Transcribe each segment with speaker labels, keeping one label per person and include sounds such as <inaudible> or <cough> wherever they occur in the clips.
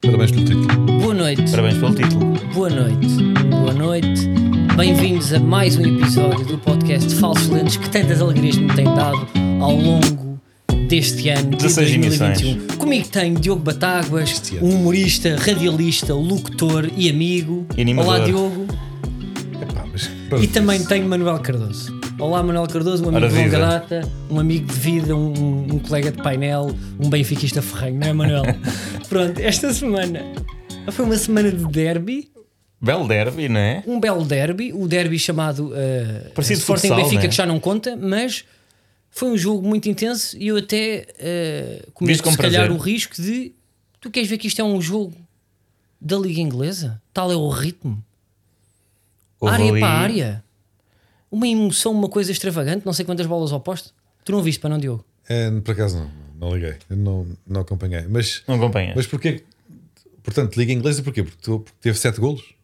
Speaker 1: Parabéns pelo título.
Speaker 2: Boa noite.
Speaker 3: Parabéns pelo título.
Speaker 2: Boa noite. Boa noite. Bem-vindos a mais um episódio do podcast Falsos Lentes que tantas alegrias me tem dado ao longo deste ano de
Speaker 3: 16
Speaker 2: 2021. Comigo tenho Diogo Batáguas,
Speaker 1: ano.
Speaker 2: um humorista, radialista, locutor e amigo.
Speaker 3: E animador.
Speaker 2: Olá, Diogo.
Speaker 1: Epá, mas-
Speaker 2: E também tenho Manuel Cardoso. Olá, Manuel Cardoso, um amigo
Speaker 3: Ora
Speaker 2: de longa
Speaker 3: viva.
Speaker 2: data, um amigo de vida, um, um- um colega de painel, um benfiquista ferrenho, não é,
Speaker 3: <laughs>
Speaker 2: Manuel? Pronto, esta semana foi uma semana de derby,
Speaker 3: Belo derby, não é?
Speaker 2: um belo derby, o derby chamado eh,
Speaker 3: Parecido
Speaker 2: Sporting
Speaker 3: futsal,
Speaker 2: Benfica,
Speaker 3: né?
Speaker 2: que já não conta, mas foi um jogo muito intenso e eu até eh, comi
Speaker 3: Viste com
Speaker 2: se calhar o
Speaker 3: prazer.
Speaker 2: risco de tu queres ver que isto é um jogo da Liga Inglesa? Tal é o ritmo
Speaker 3: Houve
Speaker 2: área
Speaker 3: ali-
Speaker 2: para área. Uma emoção, uma coisa extravagante, não sei quantas bolas ao poste. Tu não viste para não, Diogo?
Speaker 1: É, por acaso não, não liguei, não, não acompanhei. Mas,
Speaker 3: Não acompanha.
Speaker 1: mas porquê? que- Portanto, Liga Inglesa porquê? Porque, tu- porque teve 7 golos.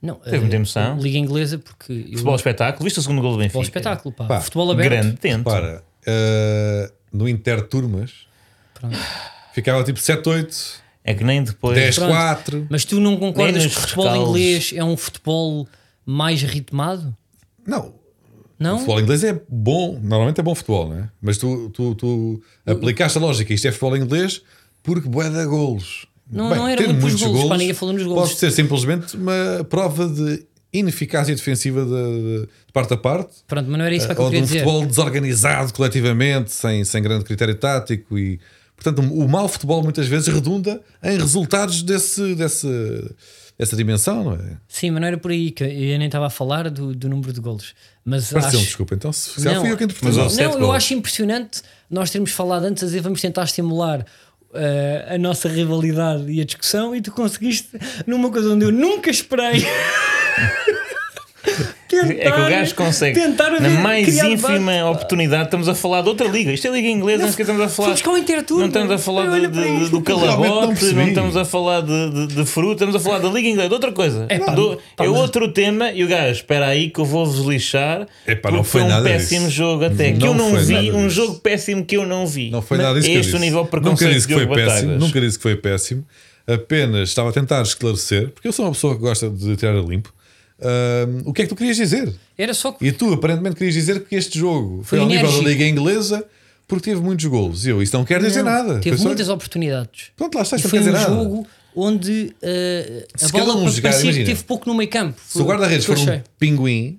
Speaker 2: Não.
Speaker 3: Teve
Speaker 2: eh,
Speaker 3: muita emoção.
Speaker 2: Liga inglesa, porque. eu-
Speaker 3: Futebol espetáculo. Viste o segundo gol do Benfica?
Speaker 2: futebol espetáculo, pá.
Speaker 1: Pá,
Speaker 2: Futebol aberto.
Speaker 3: Grande dentro.
Speaker 1: Para, eh, no Interturmas
Speaker 2: Pronto.
Speaker 1: ficava tipo 7-8,
Speaker 3: É que nem depois.
Speaker 1: 10-4.
Speaker 2: Mas tu não concordas que
Speaker 3: Nem nos
Speaker 2: o futebol
Speaker 3: rescaldos.
Speaker 2: inglês é um futebol mais ritmado?
Speaker 1: Não, O
Speaker 2: Não?
Speaker 1: futebol inglês é bom, normalmente é bom futebol, não é? Mas tu, tu, tu aplicaste a lógica, isto é futebol inglês porque bué da golos.
Speaker 2: Não- não era
Speaker 1: ter
Speaker 2: muito pelos golos, pá, ninguém falou nos golos.
Speaker 1: Pode ser simplesmente uma prova de ineficácia defensiva de, de- de parte a parte.
Speaker 2: Pronto, mas não era
Speaker 3: Eh,
Speaker 2: isso É que eu
Speaker 1: ou de
Speaker 2: queria
Speaker 1: um
Speaker 2: dizer.
Speaker 1: futebol desorganizado coletivamente, sem, sem grande critério tático e... Portanto, o mau futebol muitas vezes redunda em resultados desse, desse, dessa dimensão, não é?
Speaker 2: Sim, mas não era por aí que eu nem estava a falar do, do número de golos. Mas
Speaker 1: Pareceu-me,
Speaker 2: acho,
Speaker 1: desculpa. Então, se, se fui eu que interpretei.
Speaker 3: mas
Speaker 2: não,
Speaker 3: houve sete
Speaker 2: eu
Speaker 3: golos.
Speaker 2: acho impressionante nós termos falado antes a dizer vamos tentar estimular eh, a nossa rivalidade e a discussão e tu conseguiste numa coisa onde eu nunca
Speaker 3: <laughs>
Speaker 2: esperei. tentar,
Speaker 3: É que o gajo consegue.
Speaker 2: tentar
Speaker 3: na
Speaker 2: haver-
Speaker 3: mais
Speaker 2: criar
Speaker 3: ínfima
Speaker 2: debate.
Speaker 3: oportunidade, estamos a falar de outra liga. Isto é Liga Inglesa, não sequer estamos a falar.
Speaker 2: Fomos com o Interturbo.
Speaker 3: Não estamos a falar de,
Speaker 2: Olha
Speaker 3: de-
Speaker 2: para
Speaker 3: de-
Speaker 2: isto.
Speaker 3: do
Speaker 1: Realmente não
Speaker 3: calabote,
Speaker 1: percebi.
Speaker 3: não, estamos a falar de, de, de fruta, estamos a falar da Liga Inglesa, de outra coisa.
Speaker 2: É pá,
Speaker 3: Do-
Speaker 2: pá,
Speaker 3: é
Speaker 2: mas-
Speaker 3: outro tema e o gajo, espera aí que eu vou-vos lixar.
Speaker 1: É pá,
Speaker 3: porque
Speaker 1: não foi
Speaker 3: um
Speaker 1: nada
Speaker 3: péssimo
Speaker 1: disso.
Speaker 3: jogo até que
Speaker 1: Não
Speaker 3: eu não
Speaker 1: foi
Speaker 3: vi,
Speaker 1: nada
Speaker 3: um
Speaker 1: disso.
Speaker 3: jogo péssimo que eu não vi.
Speaker 1: Não foi
Speaker 3: Mas
Speaker 1: nada isso que eu
Speaker 3: este
Speaker 1: disse.
Speaker 3: o nível de
Speaker 1: Nunca
Speaker 3: preconceito
Speaker 1: disse que
Speaker 3: de
Speaker 1: foi
Speaker 3: Diogo
Speaker 1: péssimo.
Speaker 3: Batagas.
Speaker 1: Nunca disse que foi péssimo. Apenas estava a tentar esclarecer, porque eu sou uma pessoa que gosta de tirar a limpo. Ahm, o que é que tu querias dizer?
Speaker 2: Era só que
Speaker 1: E tu aparentemente querias dizer que este jogo foi,
Speaker 2: Foi
Speaker 1: ao nível da
Speaker 2: enérgico.
Speaker 1: Liga Inglesa porque teve muitos golos. E eu, isso não quer dizer
Speaker 2: não,
Speaker 1: nada.
Speaker 2: Teve
Speaker 1: Foi só-
Speaker 2: muitas oportunidades.
Speaker 1: Pronto, lá está,
Speaker 2: E
Speaker 1: isto não
Speaker 2: foi
Speaker 1: quer
Speaker 2: um
Speaker 1: dizer nada.
Speaker 2: jogo onde eh, a
Speaker 1: Se
Speaker 2: bola
Speaker 1: cada um
Speaker 2: parecia
Speaker 1: jogar,
Speaker 2: que
Speaker 1: imagina.
Speaker 2: teve pouco no meio campo.
Speaker 1: Se o guarda-redes for um pinguim,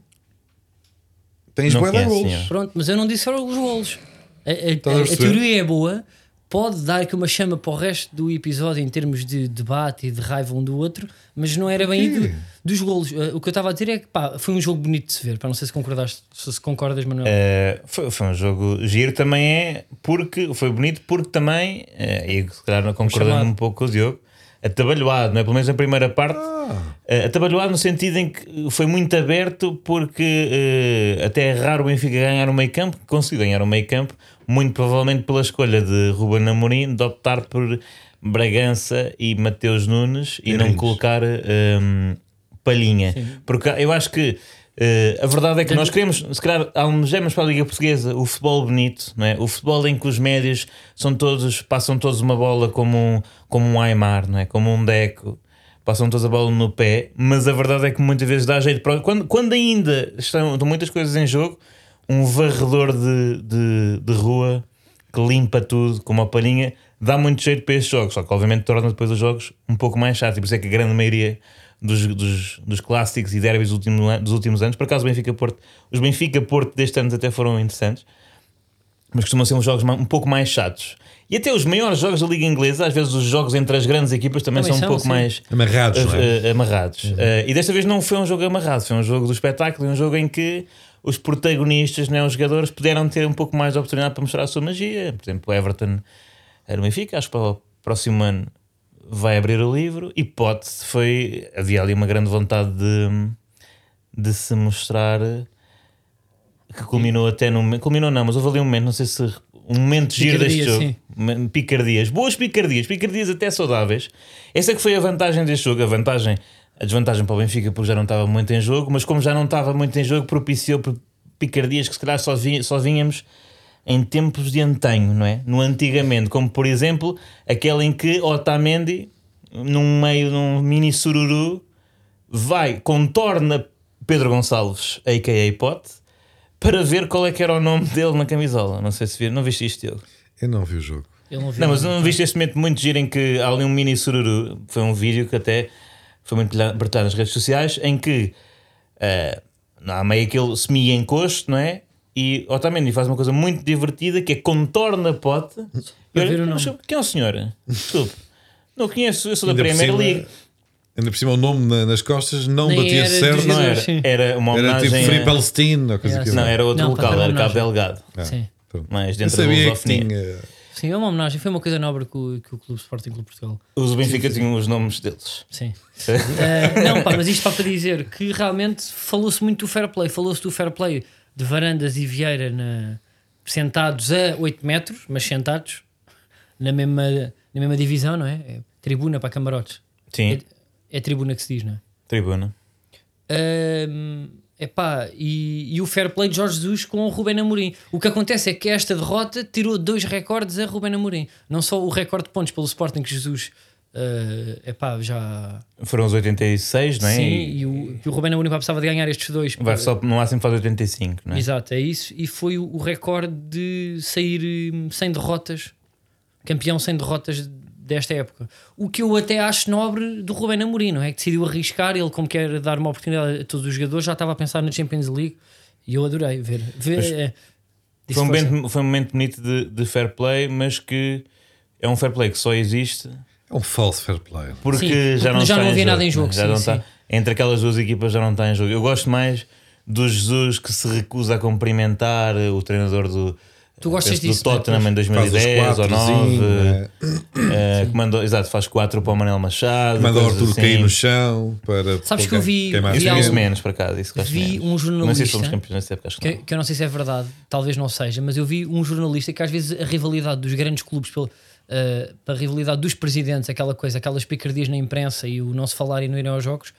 Speaker 1: tens
Speaker 3: Não
Speaker 1: bué de
Speaker 3: conhece,
Speaker 1: golos.
Speaker 3: senhor.
Speaker 2: Pronto, mas eu não disse que foram os golos. A, a-
Speaker 1: a
Speaker 2: a- a
Speaker 1: perceber?
Speaker 2: teoria é boa, pode dar aqui uma chama para o resto do episódio em termos de debate e de raiva um do outro, mas não era bem
Speaker 1: Porquê?
Speaker 2: do- dos golos. Eh, o que eu estava a dizer é que pá, foi um jogo bonito de se ver. Pá, não sei se concordaste, se, se concordas, Manuel.
Speaker 1: É.
Speaker 3: Uh, foi, foi um jogo giro também é porque foi bonito porque também uh, e se calhar não concordando
Speaker 2: chamar.
Speaker 3: um pouco com o Diogo atabalhoado, não é? pelo menos na primeira parte uh, atabalhoado no sentido em que foi muito aberto porque uh, até é raro o Benfica ganhar um meio campo conseguiu ganhar um meio campo muito provavelmente pela escolha de Ruben Amorim de optar por Bragança e Mateus Nunes e não
Speaker 1: Meirinhos.
Speaker 3: colocar um, Palhinha porque eu acho que uh, a verdade é que nós queremos, se calhar, almejamos para a Liga Portuguesa o futebol bonito, não é? o futebol em que os médios são todos, passam todos uma bola como um, como um Aymar, não é? como um Deco, passam todos a bola no pé, mas a verdade é que muitas vezes dá jeito para. Quando, quando ainda estão, estão muitas coisas em jogo, um varredor de, de, de rua que limpa tudo com uma palhinha dá muito jeito para estes jogos, só que obviamente torna depois os jogos um pouco mais chato, e por isso é que a grande maioria dos, dos, dos clássicos e derbys dos últimos, an- dos últimos anos, por acaso o Benfica Porto, os Benfica Porto deste ano até foram interessantes, mas costumam ser uns jogos ma- um pouco mais chatos. E até os maiores jogos da Liga Inglesa, às vezes os jogos entre as grandes equipas também,
Speaker 2: Também
Speaker 3: são um
Speaker 2: são,
Speaker 3: pouco
Speaker 2: sim.
Speaker 3: mais
Speaker 1: Amarrados, não é?
Speaker 3: eh, eh, amarrados. Eh, e desta vez não foi um jogo amarrado, foi um jogo do espetáculo, e um jogo em que os protagonistas, não é, os jogadores, puderam ter um pouco mais de oportunidade para mostrar a sua magia. Por exemplo, o Everton era o Benfica, acho que para o próximo ano vai abrir o livro. E Pote foi. Havia ali uma grande vontade de, de se mostrar. eh, Que culminou até no. momento- Culminou não, mas houve ali um momento, não sei se. Um momento giro deste
Speaker 2: Picardia,
Speaker 3: jogo.
Speaker 2: sim.
Speaker 3: Ma- Picardias, boas picardias, picardias até saudáveis. Essa é que foi a vantagem deste jogo. A vantagem, a desvantagem para o Benfica, porque já não estava muito em jogo, mas como já não estava muito em jogo, propiciou por picardias que se calhar só, vi- só vinhamos em tempos de antanho, não é? No antigamente, como por exemplo aquela em que Otamendi num meio, num mini sururu, vai, contorna Pedro Gonçalves, a.k.a. Pote, para ver qual é que era o nome dele na camisola. Não sei se vi, não viste isto dele.
Speaker 1: Eu não vi o jogo.
Speaker 2: Ele não viu.
Speaker 3: Não, mas não viste este momento muito giro em que há ali um mini sururu, foi um vídeo que até foi muito abertado nas redes sociais, em que ah, não há meio aquele semi-encosto, não é? E Otamendi faz uma coisa muito divertida que é contorna a pote. E
Speaker 2: Para ver o
Speaker 3: olha,
Speaker 2: nome.
Speaker 3: mas quem é o senhor? Desculpe, não conheço, eu sou da
Speaker 1: Ainda por
Speaker 3: Premier
Speaker 1: cima-
Speaker 3: League.
Speaker 1: Ainda por cima o nome na- nas costas não
Speaker 2: Nem
Speaker 1: batia
Speaker 2: era
Speaker 1: certo.
Speaker 2: dos-
Speaker 3: Não era,
Speaker 2: Sim.
Speaker 3: era uma
Speaker 1: Era
Speaker 3: homenagem.
Speaker 1: tipo
Speaker 3: a-
Speaker 1: Free Palestine ou coisa
Speaker 2: Yeah,
Speaker 1: que
Speaker 3: Não,
Speaker 1: era.
Speaker 3: era outro
Speaker 2: Não, pá,
Speaker 3: local,
Speaker 2: era
Speaker 3: era Cabo
Speaker 2: homenagem.
Speaker 3: Delgado.
Speaker 1: É.
Speaker 2: Sim.
Speaker 1: Pronto.
Speaker 3: Mas
Speaker 1: Eu
Speaker 3: dentro da
Speaker 1: sabia que
Speaker 3: lusofonia.
Speaker 1: tinha.
Speaker 2: Sim, é uma homenagem. Foi uma coisa nobre que o, que o Clube Sporting Clube de Portugal.
Speaker 3: Os do Benfica tinham os nomes deles.
Speaker 2: Sim. Eh, não, pá, mas isto só para dizer que realmente falou-se muito do fair play. Falou-se do fair play de Varandas e Vieira na- sentados a 8 metros, mas sentados na mesma, na mesma divisão, não é? É tribuna para camarotes.
Speaker 3: Sim,
Speaker 2: É, é tribuna que se diz, não é?
Speaker 3: tribuna.
Speaker 2: Ahm, epá, e, e o fair play de Jorge Jesus com o Ruben Amorim. O que acontece é que esta derrota tirou dois recordes a Ruben Amorim. Não só o recorde de pontos pelo Sporting que Jesus ah, epá, já.
Speaker 3: Foram os 86, não é?
Speaker 2: Sim,
Speaker 3: E
Speaker 2: e o, que o Ruben Amorim pá, precisava de ganhar estes dois.
Speaker 3: vai só, no máximo faz 85, não é?
Speaker 2: Exato, é isso. E foi o, o recorde de sair hum, sem derrotas, campeão sem derrotas desta época. O que eu até acho nobre do Ruben Amorim, não é? Que decidiu arriscar, ele como quer dar uma oportunidade a todos os jogadores, já estava a pensar na Champions League e eu adorei ver. ver
Speaker 3: Mas
Speaker 2: é, disse
Speaker 3: Foi um,
Speaker 2: força.
Speaker 3: momento, foi um momento bonito de, de fair play, mas que é um fair play que só existe
Speaker 1: É um falso fair play.
Speaker 3: porque
Speaker 2: Sim,
Speaker 3: já não
Speaker 2: porque já
Speaker 3: está
Speaker 2: não
Speaker 3: em
Speaker 2: havia
Speaker 3: jogo,
Speaker 2: nada em jogo,
Speaker 3: Já
Speaker 2: sim,
Speaker 3: não
Speaker 2: sim.
Speaker 3: está, entre aquelas duas equipas já não está em jogo. Eu gosto mais do Jesus que se recusa a cumprimentar o treinador do,
Speaker 2: Tu gostas
Speaker 3: penso,
Speaker 2: disso,
Speaker 3: do
Speaker 2: não é?
Speaker 3: Tottenham em
Speaker 1: Faz os
Speaker 3: 2010 ou
Speaker 1: quatro,
Speaker 3: 9.
Speaker 1: né?
Speaker 3: eh, que mandou- exato, faz 4 para o Manel Machado.
Speaker 1: manda o
Speaker 3: coisas
Speaker 1: Arthur
Speaker 3: assim. é
Speaker 1: cair no chão para.
Speaker 2: Sabes
Speaker 1: para
Speaker 2: que eu
Speaker 1: quem-
Speaker 2: vi-
Speaker 1: quem mais
Speaker 2: vi
Speaker 3: Isso
Speaker 1: tem.
Speaker 2: algo-
Speaker 3: gosto menos, por acaso. Isso gosto
Speaker 2: Vi
Speaker 3: menos.
Speaker 2: um
Speaker 3: Não sei se fomos
Speaker 2: jornalista-
Speaker 3: campeões nessa época, acho que
Speaker 2: que,
Speaker 3: não.
Speaker 2: que eu não sei se é verdade, talvez não seja, mas eu vi um jornalista que às vezes a rivalidade dos grandes clubes pelo, eh, para a rivalidade dos presidentes, aquela coisa, aquelas picardias na imprensa e o não se falar e não irem aos jogos,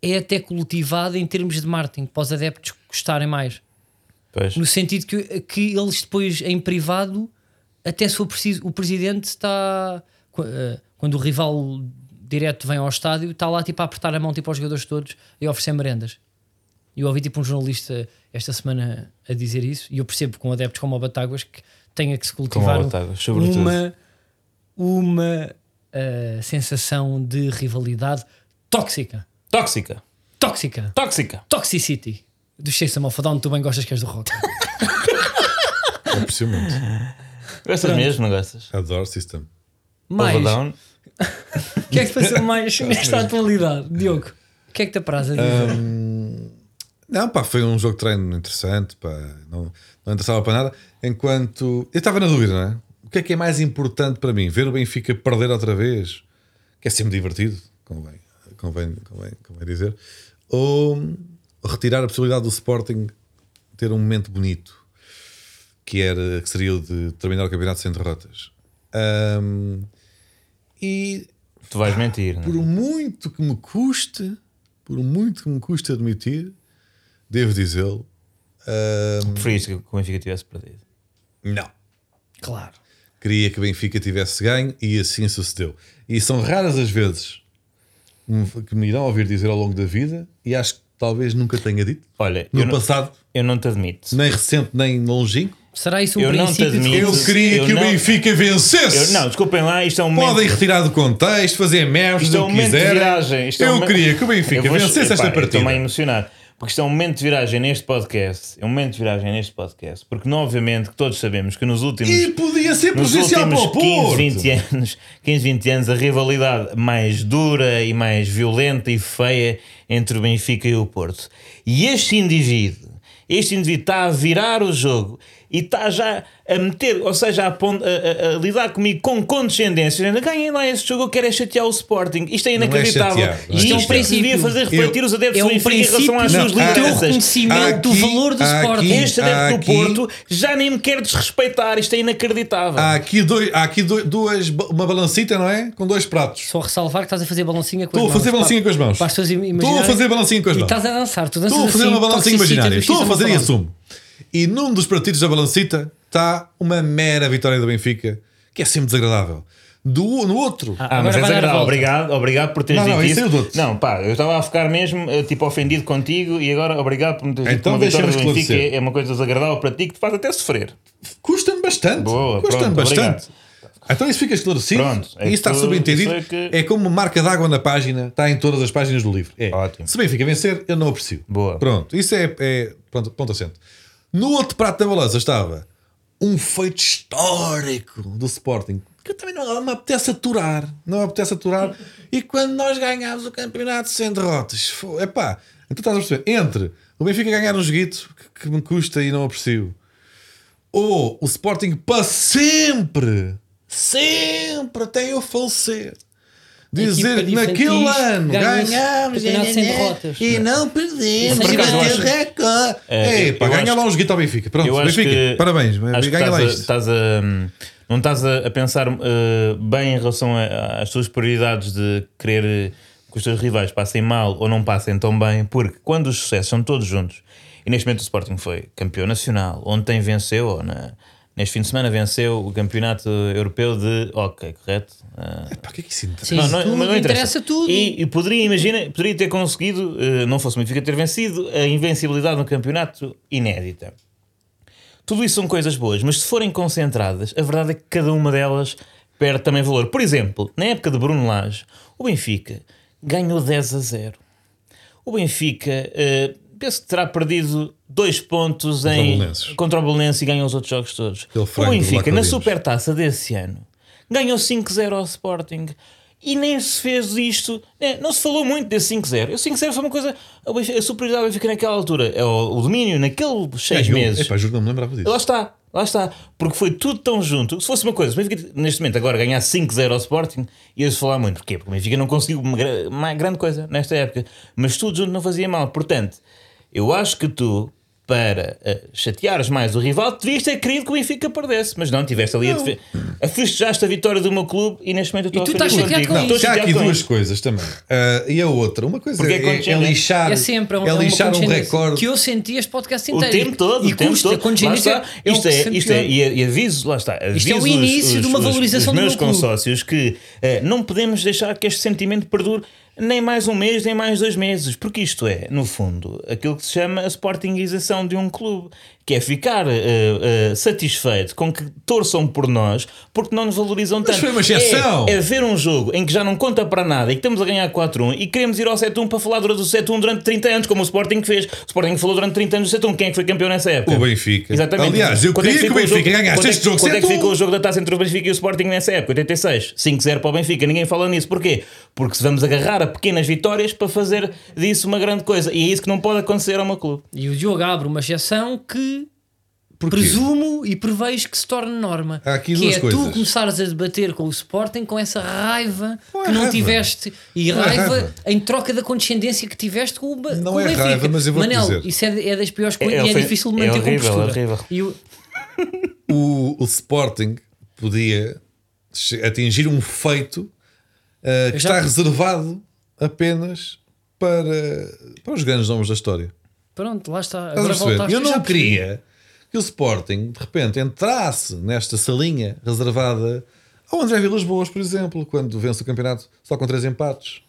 Speaker 2: é até cultivada em termos de marketing, para os adeptos gostarem mais.
Speaker 3: Pois.
Speaker 2: No sentido que, que eles depois, em privado, até se for preciso, o presidente está. qu- eh, Quando o rival direto vem ao estádio, está lá tipo a apertar a mão tipo, aos jogadores todos e a oferecer merendas. E eu ouvi tipo um jornalista esta semana a dizer isso, e eu percebo com adeptos como o Batáguas que tenha que se cultivar
Speaker 3: Como
Speaker 2: um-
Speaker 3: o Batáguas, sobretudo.
Speaker 2: uma, uma eh, sensação de rivalidade tóxica.
Speaker 3: Tóxica.
Speaker 2: Tóxica.
Speaker 3: Tóxica.
Speaker 2: Toxicity. Do Chase Malfadão, tu bem gostas que és do rock.
Speaker 1: Aprecio muito.
Speaker 3: Gostas mesmo, não gostas?
Speaker 1: Adoro System.
Speaker 2: Mais.
Speaker 3: Overdone.
Speaker 2: O que é que
Speaker 1: <laughs>
Speaker 2: te passou mais
Speaker 1: Tá,
Speaker 2: nesta atualidade, Diogo? O que é que te apraz a dizer?
Speaker 1: Não, pá, foi um jogo de treino interessante, pá, não, não interessava para nada. Enquanto. Eu estava na dúvida, não é? O que é que é mais importante para mim? Ver o Benfica perder outra vez, que é sempre divertido, convém, convém, convém, convém dizer, ou retirar a possibilidade do Sporting ter um momento bonito, que, era, que seria o de terminar o campeonato sem derrotas. Ahm, e
Speaker 3: Tu vais mentir.
Speaker 1: por
Speaker 3: Não? é?
Speaker 1: muito que me custe, por muito que me custe admitir, devo dizê-lo, ahm,
Speaker 3: Preferias que o Benfica tivesse perdido.
Speaker 1: não.
Speaker 2: claro.
Speaker 1: Queria que Benfica tivesse ganho e assim sucedeu. E são raras as vezes um que me irão ouvir dizer ao longo da vida, e acho que talvez nunca tenha dito,
Speaker 3: Olha,
Speaker 1: no
Speaker 3: eu não,
Speaker 1: passado,
Speaker 3: eu não te admito.
Speaker 1: nem recente, nem longínquo.
Speaker 2: Será isso um
Speaker 3: Eu não te
Speaker 2: princípio de
Speaker 3: admito.
Speaker 1: Eu
Speaker 2: Eu...
Speaker 1: queria
Speaker 3: eu
Speaker 1: que
Speaker 3: não-
Speaker 1: o Benfica
Speaker 3: Eu,
Speaker 1: vencesse.
Speaker 3: não, desculpem lá, isto é um momento.
Speaker 1: Podem retirar do contexto, fazer merda,
Speaker 3: Isto é um
Speaker 1: o que
Speaker 3: momento de
Speaker 1: quiserem.
Speaker 3: viragem. Isto é um
Speaker 1: eu
Speaker 3: momento-
Speaker 1: queria que o Benfica
Speaker 3: Eu vou-
Speaker 1: vencesse
Speaker 3: epá,
Speaker 1: esta
Speaker 3: Eu
Speaker 1: partida.
Speaker 3: estou-me a emocionar. Porque isto é um momento de viragem neste podcast. É um momento de viragem neste podcast. Porque, não, obviamente, que todos sabemos que nos últimos.
Speaker 1: E podia ser
Speaker 3: nos
Speaker 1: prejudicial para
Speaker 3: últimos
Speaker 1: o Porto.
Speaker 3: 15, 20 anos, 15, 20 anos, a rivalidade mais dura e mais violenta e feia entre o Benfica e o Porto. E este indivíduo, este indivíduo está a virar o jogo e está já a meter, ou seja, a, pon- a- a- a lidar comigo com condescendência. dizendo, Ganhem lá esse jogo, eu quero é chatear o Sporting. Isto é
Speaker 1: é
Speaker 3: inacreditável.
Speaker 1: chatear, não é
Speaker 3: Isto é um
Speaker 1: chatear.
Speaker 3: princípio. Devia fazer refletir os adeptos
Speaker 2: é
Speaker 3: do
Speaker 2: um
Speaker 3: Benfica em relação
Speaker 2: princípio
Speaker 3: às suas
Speaker 1: Não, há-
Speaker 2: teu
Speaker 3: lideranças.
Speaker 2: reconhecimento do
Speaker 1: Aqui-
Speaker 2: valor do
Speaker 1: aqui-
Speaker 2: Sporting.
Speaker 3: Este adepto
Speaker 1: Aqui-
Speaker 3: do Porto já nem me quer desrespeitar. Isto é inacreditável.
Speaker 1: Há aqui, dois, há aqui dois, duas, uma balancita, não é? Com dois pratos.
Speaker 2: Só ressalvar que estás a fazer balancinha com
Speaker 1: Estou a
Speaker 2: as mãos.
Speaker 1: fazer balancinha com as mãos.
Speaker 2: Para as pessoas imaginarem-
Speaker 1: Estou a fazer balancinha com as
Speaker 2: E
Speaker 1: mãos.
Speaker 2: estás a dançar, tu danças
Speaker 1: Estou a fazer
Speaker 2: assim,
Speaker 1: uma balancinha
Speaker 2: toxicita,
Speaker 1: imaginária. Estou a
Speaker 2: justiça,
Speaker 1: fazer e
Speaker 2: não falava.
Speaker 1: assumo. E num dos partidos da balancita está uma mera vitória do Benfica, que é sempre desagradável. do, no outro.
Speaker 3: Ah, mas
Speaker 2: Agora vai dar
Speaker 3: é
Speaker 2: a
Speaker 3: desagradável.
Speaker 2: volta.
Speaker 3: Obrigado, obrigado por teres
Speaker 1: Não, não,
Speaker 3: dito
Speaker 1: isso
Speaker 3: isso.
Speaker 1: eu dou-te.
Speaker 3: não, pá, eu estava a ficar mesmo eh, tipo ofendido contigo e agora obrigado por me teres dito que
Speaker 1: Então
Speaker 3: uma vitória do
Speaker 1: deixa-me
Speaker 3: Benfica
Speaker 1: esclarecer.
Speaker 3: é é uma coisa desagradável para ti que te faz até sofrer.
Speaker 1: Custa-me bastante.
Speaker 3: Boa,
Speaker 1: Custa-me
Speaker 3: pronto,
Speaker 1: bastante. Então isso fica esclarecido.
Speaker 3: Pronto, é
Speaker 1: e isso está
Speaker 3: tudo-
Speaker 1: subentendido.
Speaker 3: isso é que-
Speaker 1: É como marca d'água na página, está em todas as páginas do livro. É.
Speaker 3: Ótimo.
Speaker 1: Se bem fica vencer, eu não aprecio.
Speaker 3: Boa.
Speaker 1: Pronto, isso é, é- pronto, ponto assente. No outro prato da balança estava um feito histórico do Sporting. Que eu também não, não me apetece aturar. Não me apetece aturar. E quando nós ganhámos o campeonato sem derrotas, fo- epá, então estás a perceber? Entre o Benfica ganhar um joguito que, que me custa e não aprecio, ou o Sporting para sempre, sempre até eu falecer. Dizer que
Speaker 2: Equipa de
Speaker 1: naquele
Speaker 2: infantis
Speaker 1: ano
Speaker 2: ganha-se
Speaker 1: ganhámos
Speaker 2: campeonato sem
Speaker 1: né, né,
Speaker 2: derrotas.
Speaker 3: É.
Speaker 1: e não perdemos.
Speaker 2: Por acaso, eu
Speaker 1: bateu
Speaker 3: acho-
Speaker 1: recorde.
Speaker 3: É,
Speaker 1: Ei,
Speaker 3: eu-
Speaker 1: pá,
Speaker 3: eu
Speaker 1: ganha
Speaker 3: acho-
Speaker 1: lá um joguito ao Benfica. Pronto,
Speaker 3: Eu acho
Speaker 1: Benfica,
Speaker 3: que
Speaker 1: parabéns,
Speaker 3: acho que
Speaker 1: ganha lá
Speaker 3: estás a- tá
Speaker 1: isto.
Speaker 3: estás a- hum, não estás a, a pensar eh, bem em relação a- às tuas prioridades de querer eh, que os teus rivais passem mal ou não passem tão bem, porque quando os sucessos são todos juntos, e neste momento o Sporting foi campeão nacional, ontem venceu, ou na- neste fim de semana venceu o campeonato europeu de hockey, correto? Ah,
Speaker 1: Pá, o que é que isso interessa?
Speaker 2: Sim, tudo, interessa tudo.
Speaker 3: E, e poderia, imagina, poderia ter conseguido, eh, não fosse o Benfica ter vencido, a invencibilidade no campeonato inédita. Tudo isso são coisas boas, mas se forem concentradas, a verdade é que cada uma delas perde também valor. Por exemplo, na época de Bruno Lage, o Benfica ganhou 10 a 0. O Benfica, eh, penso que terá perdido dois pontos em,
Speaker 1: o Belenenses.
Speaker 3: contra o Belenenses e ganhou os outros jogos todos.
Speaker 1: Aquele
Speaker 3: O
Speaker 1: frango do
Speaker 3: Benfica, na
Speaker 1: Lacadinos.
Speaker 3: supertaça desse ano, ganhou 5-0 ao Sporting. E nem se fez isto, né, não se falou muito desse 5-0. O 5-0 foi uma coisa. A Benfica- a superioridade do Benfica naquela altura, é o o domínio naqueles seis
Speaker 1: Ganhou.
Speaker 3: meses.
Speaker 1: Epá, juro que não me lembrava disso.
Speaker 3: Lá está, lá está. Porque foi tudo tão junto. Se fosse uma coisa, se o Benfica neste momento agora ganhar 5-0 ao Sporting, ia-se falar muito. Porquê? Porque o Benfica não conseguiu uma, gra- uma grande coisa nesta época. Mas tudo junto não fazia mal. Portanto, eu acho que tu, para eh, chateares mais o rival, devias ter querido que o Benfica perdesse. Mas não, tiveste ali a, defe- a festejaste a vitória do meu clube e neste momento eu estou
Speaker 2: E tu
Speaker 3: a ofender
Speaker 2: estás chateado
Speaker 3: contigo.
Speaker 2: com
Speaker 3: Não,
Speaker 2: isso.
Speaker 3: estou
Speaker 1: Já há
Speaker 3: chateado
Speaker 1: aqui
Speaker 3: com
Speaker 1: duas
Speaker 3: isso.
Speaker 1: coisas também. Ah, e a outra, uma coisa
Speaker 3: Porque é
Speaker 1: é, é,
Speaker 3: condescendente.
Speaker 1: lixar,
Speaker 2: É sempre um,
Speaker 1: é
Speaker 2: é uma
Speaker 1: lixar um
Speaker 2: condescendência
Speaker 1: recorde.
Speaker 2: que eu senti este podcast
Speaker 3: O
Speaker 2: inteiro.
Speaker 3: tempo
Speaker 2: Então, E-
Speaker 3: todo,
Speaker 2: e
Speaker 3: o tempo
Speaker 2: custa,
Speaker 3: todo. Lá
Speaker 2: condescendência
Speaker 3: está. Isto
Speaker 2: é,
Speaker 3: é,
Speaker 2: o que
Speaker 3: isto é
Speaker 2: sempre-
Speaker 3: e, e aviso, lá está.
Speaker 2: Isto é o
Speaker 3: aviso os-
Speaker 2: início
Speaker 3: os-
Speaker 2: de uma
Speaker 3: os-
Speaker 2: valorização
Speaker 3: os,
Speaker 2: do
Speaker 3: meus
Speaker 2: meu clube.
Speaker 3: consórcios que eh, não podemos deixar que este sentimento perdure nem mais um mês, nem mais dois meses, porque isto é, no fundo, aquilo que se chama a sportingização de um clube, que é ficar eh, eh, satisfeito com que torçam por nós, porque não nos valorizam tanto.
Speaker 1: foi uma exceção.
Speaker 3: É, é ver um jogo em que já não conta para nada e que estamos a ganhar 4-1 e queremos ir ao 7-1 para falar do 7-1 durante 30 anos, como o Sporting fez. O Sporting falou durante 30 anos do 7-1. Quem é que foi campeão nessa época?
Speaker 1: O Benfica.
Speaker 3: Exatamente.
Speaker 1: Aliás, eu
Speaker 3: Quanto é
Speaker 1: queria que o
Speaker 3: ficou
Speaker 1: Benfica
Speaker 3: jogo-
Speaker 1: ganhasse
Speaker 3: quanto é que-
Speaker 1: este jogo
Speaker 3: Quanto é que
Speaker 1: 7-1?
Speaker 3: ficou o jogo da taça entre o Benfica e o Sporting nessa época? 86. 5-0 para o Benfica. Ninguém fala nisso. Porquê? Porque se vamos agarrar a pequenas vitórias para fazer disso uma grande coisa. E é isso que não pode acontecer ao meu clube.
Speaker 2: E o Diogo abre uma exceção que
Speaker 1: Porquê?
Speaker 2: presumo e prevejo que se torne norma.
Speaker 1: Há aqui
Speaker 2: que
Speaker 1: duas
Speaker 2: é tu
Speaker 1: coisas.
Speaker 2: começares a debater com o Sporting com essa raiva
Speaker 1: Não é
Speaker 2: que não
Speaker 1: raiva.
Speaker 2: tiveste e
Speaker 1: Não é
Speaker 2: raiva,
Speaker 1: raiva.
Speaker 2: em troca da condescendência que tiveste com o Ba-
Speaker 1: Não
Speaker 2: com o
Speaker 1: é
Speaker 2: Benfica.
Speaker 1: raiva, mas eu vou-te
Speaker 2: Manel,
Speaker 1: dizer.
Speaker 2: isso é, é das piores coisas
Speaker 3: É- é
Speaker 2: e é
Speaker 3: horrível,
Speaker 2: difícil
Speaker 3: é
Speaker 2: manter a
Speaker 3: horrível,
Speaker 2: compostura.
Speaker 3: horrível.
Speaker 2: E o-
Speaker 1: o, o Sporting podia che- atingir um feito uh, que
Speaker 2: já-
Speaker 1: está reservado apenas para, para os grandes nomes da história.
Speaker 2: pronto, lá está.
Speaker 1: Estás a
Speaker 2: Agora
Speaker 1: perceber?
Speaker 2: voltaste.
Speaker 1: Eu
Speaker 2: já
Speaker 1: não
Speaker 2: percebi.
Speaker 1: queria que o Sporting de repente entrasse nesta salinha reservada ao André Vilas Boas, por exemplo, quando vence o campeonato só com três empates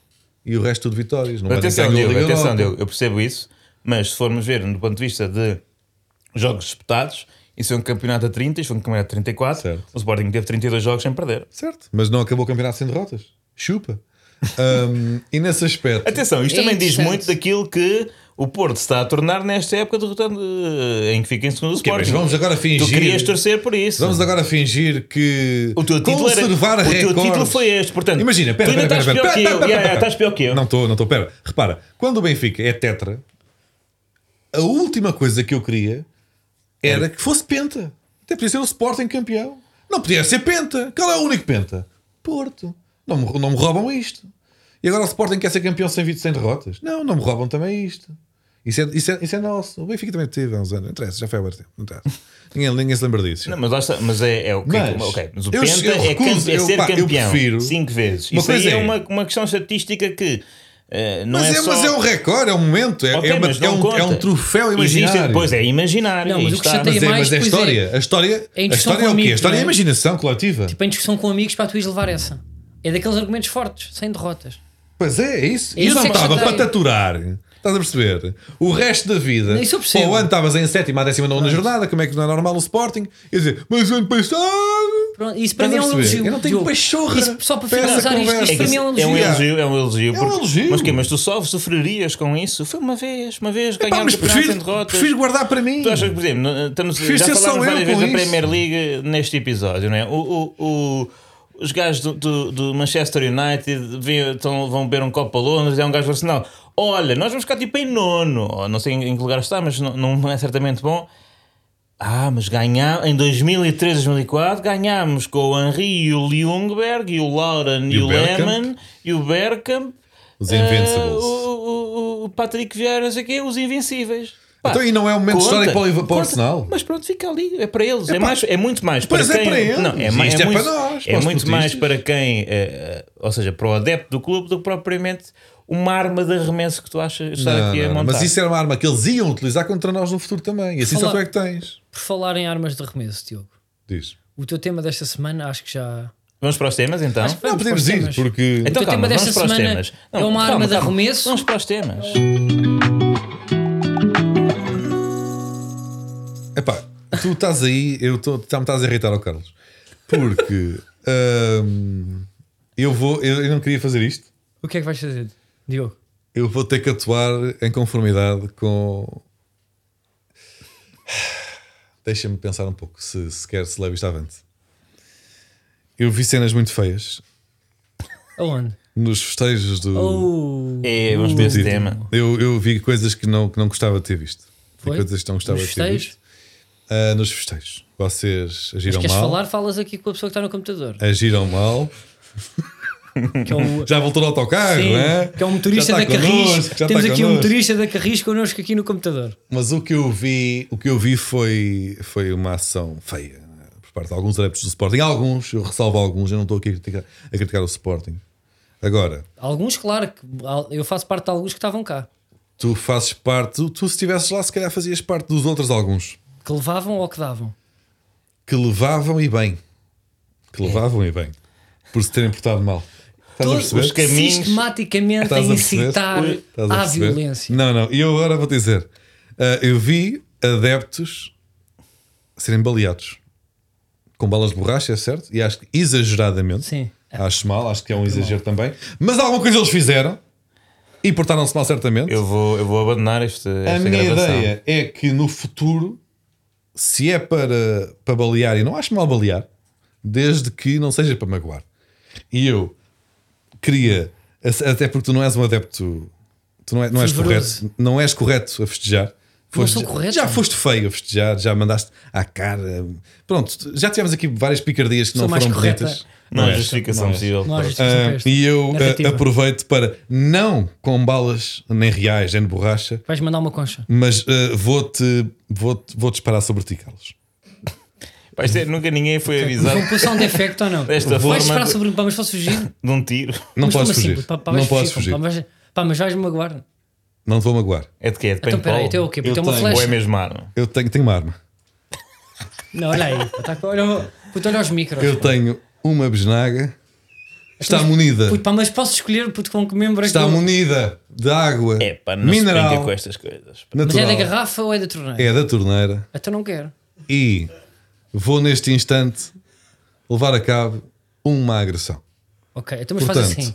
Speaker 1: e o resto tudo vitórias. Não vai dizer que
Speaker 3: Atenção,
Speaker 1: ganhou a
Speaker 3: Diogo,
Speaker 1: Liga
Speaker 3: atenção,
Speaker 1: Europa.
Speaker 3: Diogo, eu percebo isso, mas se formos ver do ponto de vista de jogos disputados, isso é um campeonato a 30, isso foi um campeonato a 34.
Speaker 1: Certo.
Speaker 3: O Sporting teve 32 jogos sem perder.
Speaker 1: Certo, mas não acabou o campeonato sem derrotas. Chupa. <laughs> Um, e nesse aspecto.
Speaker 3: Atenção,
Speaker 2: É
Speaker 3: isto também diz
Speaker 2: interessante.
Speaker 3: muito daquilo que o Porto se está a tornar nesta época derrotando eh, em que fica em segundo o
Speaker 1: mas
Speaker 3: Sporting.
Speaker 1: vamos agora
Speaker 3: Tu
Speaker 1: fingir-
Speaker 3: querias torcer por isso.
Speaker 1: Vamos agora fingir que
Speaker 3: O teu título, era,
Speaker 1: conservar
Speaker 3: o teu
Speaker 1: recordes-
Speaker 3: título foi este, portanto.
Speaker 1: Imagina, pera,
Speaker 3: tu ainda
Speaker 1: pera, pera,
Speaker 3: estás
Speaker 1: pera, pera,
Speaker 3: pior que
Speaker 1: pera,
Speaker 3: eu.
Speaker 1: pera,
Speaker 3: Yeah, yeah,
Speaker 1: pera.
Speaker 3: Estás pior que eu.
Speaker 1: Não estou, não estou, pera. Repara, quando o Benfica é tetra, a última coisa que eu queria era que fosse penta. Até podia ser o Sporting campeão. Não podia ser penta. Qual é o único penta? Porto. Não me, não me roubam isto. E agora o Sporting quer ser campeão sem vídeo, sem derrotas? Não, não me roubam também isto. Isso é, isso é, isso é nosso. O Benfica também teve há uns anos. Não interessa, já foi há muito tempo. Não interessa. ninguém, ninguém se lembra disso.
Speaker 3: Não, mas, lá está, mas é, é o que
Speaker 1: Mas,
Speaker 3: ok, mas o
Speaker 1: eu-
Speaker 3: Penta
Speaker 1: eu
Speaker 3: é,
Speaker 1: recuso,
Speaker 3: campe- é
Speaker 1: eu-
Speaker 3: ser
Speaker 1: pá, eu
Speaker 3: campeão
Speaker 1: prefiro-
Speaker 3: cinco vezes.
Speaker 1: Uma
Speaker 3: Isso aí
Speaker 1: coisa
Speaker 3: é,
Speaker 1: é-
Speaker 3: uma, uma questão estatística que eh, não
Speaker 1: Mas
Speaker 3: é,
Speaker 1: é,
Speaker 3: só...
Speaker 1: mas é um recorde, é um momento, é,
Speaker 3: Ok,
Speaker 1: é, uma-
Speaker 3: mas
Speaker 1: é
Speaker 3: não
Speaker 1: um, é um
Speaker 3: conta.
Speaker 1: troféu
Speaker 3: Existe,
Speaker 1: imaginário.
Speaker 3: pois é, imaginário.
Speaker 2: Não, mas
Speaker 3: aí
Speaker 2: o que
Speaker 3: está.
Speaker 2: chateia
Speaker 1: Mas é,
Speaker 2: mais,
Speaker 1: mas é a
Speaker 2: pois é.
Speaker 1: história. A história é,
Speaker 2: É
Speaker 1: a
Speaker 2: impressão
Speaker 1: história é o
Speaker 2: comigo,
Speaker 1: quê? A história é a
Speaker 2: não é?
Speaker 1: imaginação coletiva.
Speaker 2: Tipo, em discussão com amigos, para tu ires levar essa. É daqueles argumentos fortes, sem derrotas.
Speaker 1: Pois é, é isso.
Speaker 2: É
Speaker 1: E eu
Speaker 2: isso
Speaker 1: não
Speaker 2: é que
Speaker 1: estava
Speaker 2: chateia.
Speaker 1: para taturar. Estás a perceber? O resto da vida.
Speaker 2: Não, isso eu percebo.
Speaker 1: Para o ano estavas em sétima, à décima nona jornada, como é que não é normal o Sporting? E dizer, mas o ano passado.
Speaker 2: Pronto, isso para mim é
Speaker 1: Estás a
Speaker 2: um
Speaker 1: perceber?
Speaker 2: elogio.
Speaker 1: Eu não tenho
Speaker 2: Diogo.
Speaker 1: pachorra
Speaker 2: Isso, só para
Speaker 1: para essa
Speaker 2: finalizar isto,
Speaker 1: conversa.
Speaker 2: isto
Speaker 3: É,
Speaker 2: para mim é um
Speaker 3: que é um
Speaker 2: elogio.
Speaker 3: elogio, é um elogio.
Speaker 1: É um
Speaker 3: porque-
Speaker 1: elogio.
Speaker 3: Mas, quê? mas tu só sofrerias com isso? Foi uma vez, uma vez,
Speaker 1: Pá,
Speaker 3: ganhar
Speaker 1: mas
Speaker 3: o campeonato sem
Speaker 1: prefiro,
Speaker 3: derrotas.
Speaker 1: prefiro guardar para mim.
Speaker 3: Tu achas que, por exemplo, no- estamos,
Speaker 1: Prefiro
Speaker 3: já
Speaker 1: ser só
Speaker 3: falámos
Speaker 1: eu
Speaker 3: várias
Speaker 1: com
Speaker 3: vezes da
Speaker 1: isso.
Speaker 3: Premier League neste episódio, não é? O, o- o- os gajos do, do- do Manchester United vêm- estão- vão beber um copo a Londres e é um gajo do Arsenal. Olha, nós vamos ficar tipo em nono, ou não sei em, em que lugar está, mas não, não é certamente bom. Ah, mas ganhar em 2003, 2004 ganhámos com o Henry e o Ljungberg e o Lauren e,
Speaker 1: E o
Speaker 3: o
Speaker 1: Bergkamp.
Speaker 3: Lehmann e o Bergkamp.
Speaker 1: Os
Speaker 3: eh,
Speaker 1: Invincibles.
Speaker 3: o, o- o Patrick Vieira, não sei o quê, os Invencíveis. Pá,
Speaker 1: Então, e não é um momento
Speaker 3: Conta,
Speaker 1: histórico para o, para o
Speaker 3: conta.
Speaker 1: Arsenal?
Speaker 3: Mas pronto, fica ali. É para eles. É,
Speaker 1: Epá.
Speaker 3: mais, é muito mais para
Speaker 1: Pois é
Speaker 3: quem.
Speaker 1: para eles.
Speaker 3: Não, é, ma-
Speaker 1: Isto é
Speaker 3: muito,
Speaker 1: para nós,
Speaker 3: é
Speaker 1: para os
Speaker 3: muito mais
Speaker 1: portistas.
Speaker 3: para quem, eh, eh, ou seja, para o adepto do clube do que propriamente uma arma de arremesso que tu achas estar
Speaker 1: Não,
Speaker 3: aqui a
Speaker 1: não, não.
Speaker 3: montar.
Speaker 1: Mas isso era uma arma que eles iam utilizar contra nós no futuro também. E assim
Speaker 2: Falar-
Speaker 1: só tu é que tens.
Speaker 2: Por falar em armas de arremesso, Tiago,
Speaker 1: Diz.
Speaker 2: o teu tema desta semana acho que já.
Speaker 1: é-
Speaker 3: Vamos para os temas então.
Speaker 2: Acho que
Speaker 1: Não,
Speaker 2: vamos para os
Speaker 1: podemos ir,
Speaker 2: temas.
Speaker 1: porque.
Speaker 2: O teu tema desta
Speaker 3: vamos para os
Speaker 2: semana
Speaker 3: temas.
Speaker 2: é uma arma de arremesso?
Speaker 3: Vamos para os temas.
Speaker 1: Epá, tu estás aí, eu estou, já me estás a irritar ao Carlos. Porque hum, eu vou, eu, eu não queria fazer isto.
Speaker 2: O que é que vais fazer, Diogo?
Speaker 1: Eu vou ter que atuar em conformidade com. Deixa-me pensar um pouco se, se quer se levo isto avante. Eu vi cenas muito feias
Speaker 2: Aonde?
Speaker 1: nos festejos do.
Speaker 2: Oh,
Speaker 3: É, vamos
Speaker 1: do
Speaker 3: para esse
Speaker 1: título.
Speaker 3: tema.
Speaker 1: Eu, eu vi coisas que não, que não gostava de ter visto. Vi
Speaker 2: Foi?
Speaker 1: Coisas que não gostava
Speaker 2: Nos
Speaker 1: de ter visto.
Speaker 2: festejos?
Speaker 1: Ah, nos festejos. Vocês agiram
Speaker 2: Queres
Speaker 1: mal.
Speaker 2: falar? Falas aqui com a pessoa que está no computador.
Speaker 1: Agiram mal.
Speaker 2: Que é o,
Speaker 1: <laughs> Já voltou no autocarro,
Speaker 2: Sim,
Speaker 1: é?
Speaker 2: que é um motorista
Speaker 1: Já
Speaker 2: da
Speaker 1: está
Speaker 2: Carris.
Speaker 1: connosco, já
Speaker 2: Temos
Speaker 1: está
Speaker 2: aqui um
Speaker 1: connosco.
Speaker 2: motorista da Carris connosco aqui no computador.
Speaker 1: Mas o que eu vi, o que eu vi foi, foi uma ação feia né, por parte de alguns adeptos do Sporting. Alguns, eu ressalvo alguns, eu não estou aqui a criticar, a criticar o Sporting. Agora,
Speaker 2: Alguns, claro, que al- eu faço parte de alguns que estavam cá,
Speaker 1: tu fazes parte, tu, tu se estivesses lá, se calhar fazias parte dos outros alguns
Speaker 2: que levavam ou que davam.
Speaker 1: que levavam e bem. Que levavam e bem. Por se terem portado mal. Estás a
Speaker 2: É. Todos
Speaker 1: perceber?
Speaker 3: os que- caminhos-
Speaker 2: sistematicamente a
Speaker 1: Estás a perceber?
Speaker 2: incitar
Speaker 3: Ui,
Speaker 1: Estás a
Speaker 2: à
Speaker 1: perceber?
Speaker 2: violência.
Speaker 1: Não, não. E eu agora vou dizer: ah, eu vi adeptos serem baleados com balas de borracha, é certo? E acho que exageradamente.
Speaker 2: Sim.
Speaker 1: Acho mal, acho que é um exagero também. Mas alguma coisa eles fizeram e portaram-se mal, certamente.
Speaker 3: Eu vou, eu vou abandonar este,
Speaker 1: A
Speaker 3: esta
Speaker 1: minha
Speaker 3: gravação.
Speaker 1: ideia é que no futuro, se é para, para balear, e não acho mal balear, desde que não seja para magoar. E eu queria, até porque tu não és um adepto, tu não, é- não és
Speaker 2: Fervoroso.
Speaker 1: correto, não és correto a festejar. Foste-
Speaker 2: sou correto.
Speaker 1: já foste feio a festejar, já mandaste à cara. Pronto, já tivemos aqui várias picardias que
Speaker 2: Sou
Speaker 1: não
Speaker 2: mais
Speaker 1: foram
Speaker 2: correta.
Speaker 1: bonitas.
Speaker 3: Não, há
Speaker 1: és.
Speaker 3: justificação
Speaker 1: Não é. és.
Speaker 3: possível.
Speaker 2: Não há
Speaker 3: para-
Speaker 2: justificação
Speaker 1: Ah,
Speaker 2: para isto.
Speaker 1: e eu ah,
Speaker 2: Narrativa.
Speaker 1: aproveito para, não com balas nem reais, nem de borracha,
Speaker 2: Vais mandar uma concha.
Speaker 1: mas eh, vou-te vou vou disparar sobre ti, Carlos.
Speaker 3: Pá, isto é- nunca ninguém foi avisado
Speaker 2: Vão passar um defecto ou não?
Speaker 3: Desta
Speaker 2: vais
Speaker 3: forma-
Speaker 2: esperar sobre. um Pá, mas posso fugir?
Speaker 3: de um tiro.
Speaker 1: Não
Speaker 2: Mas como
Speaker 1: podes
Speaker 2: assim?
Speaker 1: fugir.
Speaker 2: Pá, pá,
Speaker 1: não
Speaker 2: vais
Speaker 1: podes
Speaker 2: fugir,
Speaker 1: fugir.
Speaker 2: Pá, mas, pá, mas vais-me magoar.
Speaker 1: Não te vou magoar.
Speaker 3: É de quê? É de
Speaker 2: Então peraí,
Speaker 3: paintball?
Speaker 2: então é o quê?
Speaker 1: Eu
Speaker 2: Porque é uma
Speaker 1: tenho. um
Speaker 3: Ou é
Speaker 2: flecha.
Speaker 3: mesmo arma?
Speaker 1: Eu tenho, tenho uma arma.
Speaker 2: Não, olha aí. Tá, com- olha, o- puto, olha os micros.
Speaker 1: Eu tenho uma besnaga. Está munida.
Speaker 2: Puto, pá, mas posso escolher puto, com que membro é que
Speaker 1: Está
Speaker 2: eu-
Speaker 1: munida de água
Speaker 3: É pá, não se brinca
Speaker 1: mineral.
Speaker 3: com estas coisas. pá.
Speaker 2: Mas
Speaker 1: natural.
Speaker 2: é da garrafa ou é da torneira?
Speaker 1: É da torneira.
Speaker 2: Até não quero.
Speaker 1: E vou neste instante levar a cabo uma agressão.
Speaker 2: Ok, então mas faz
Speaker 1: Portanto,
Speaker 2: assim.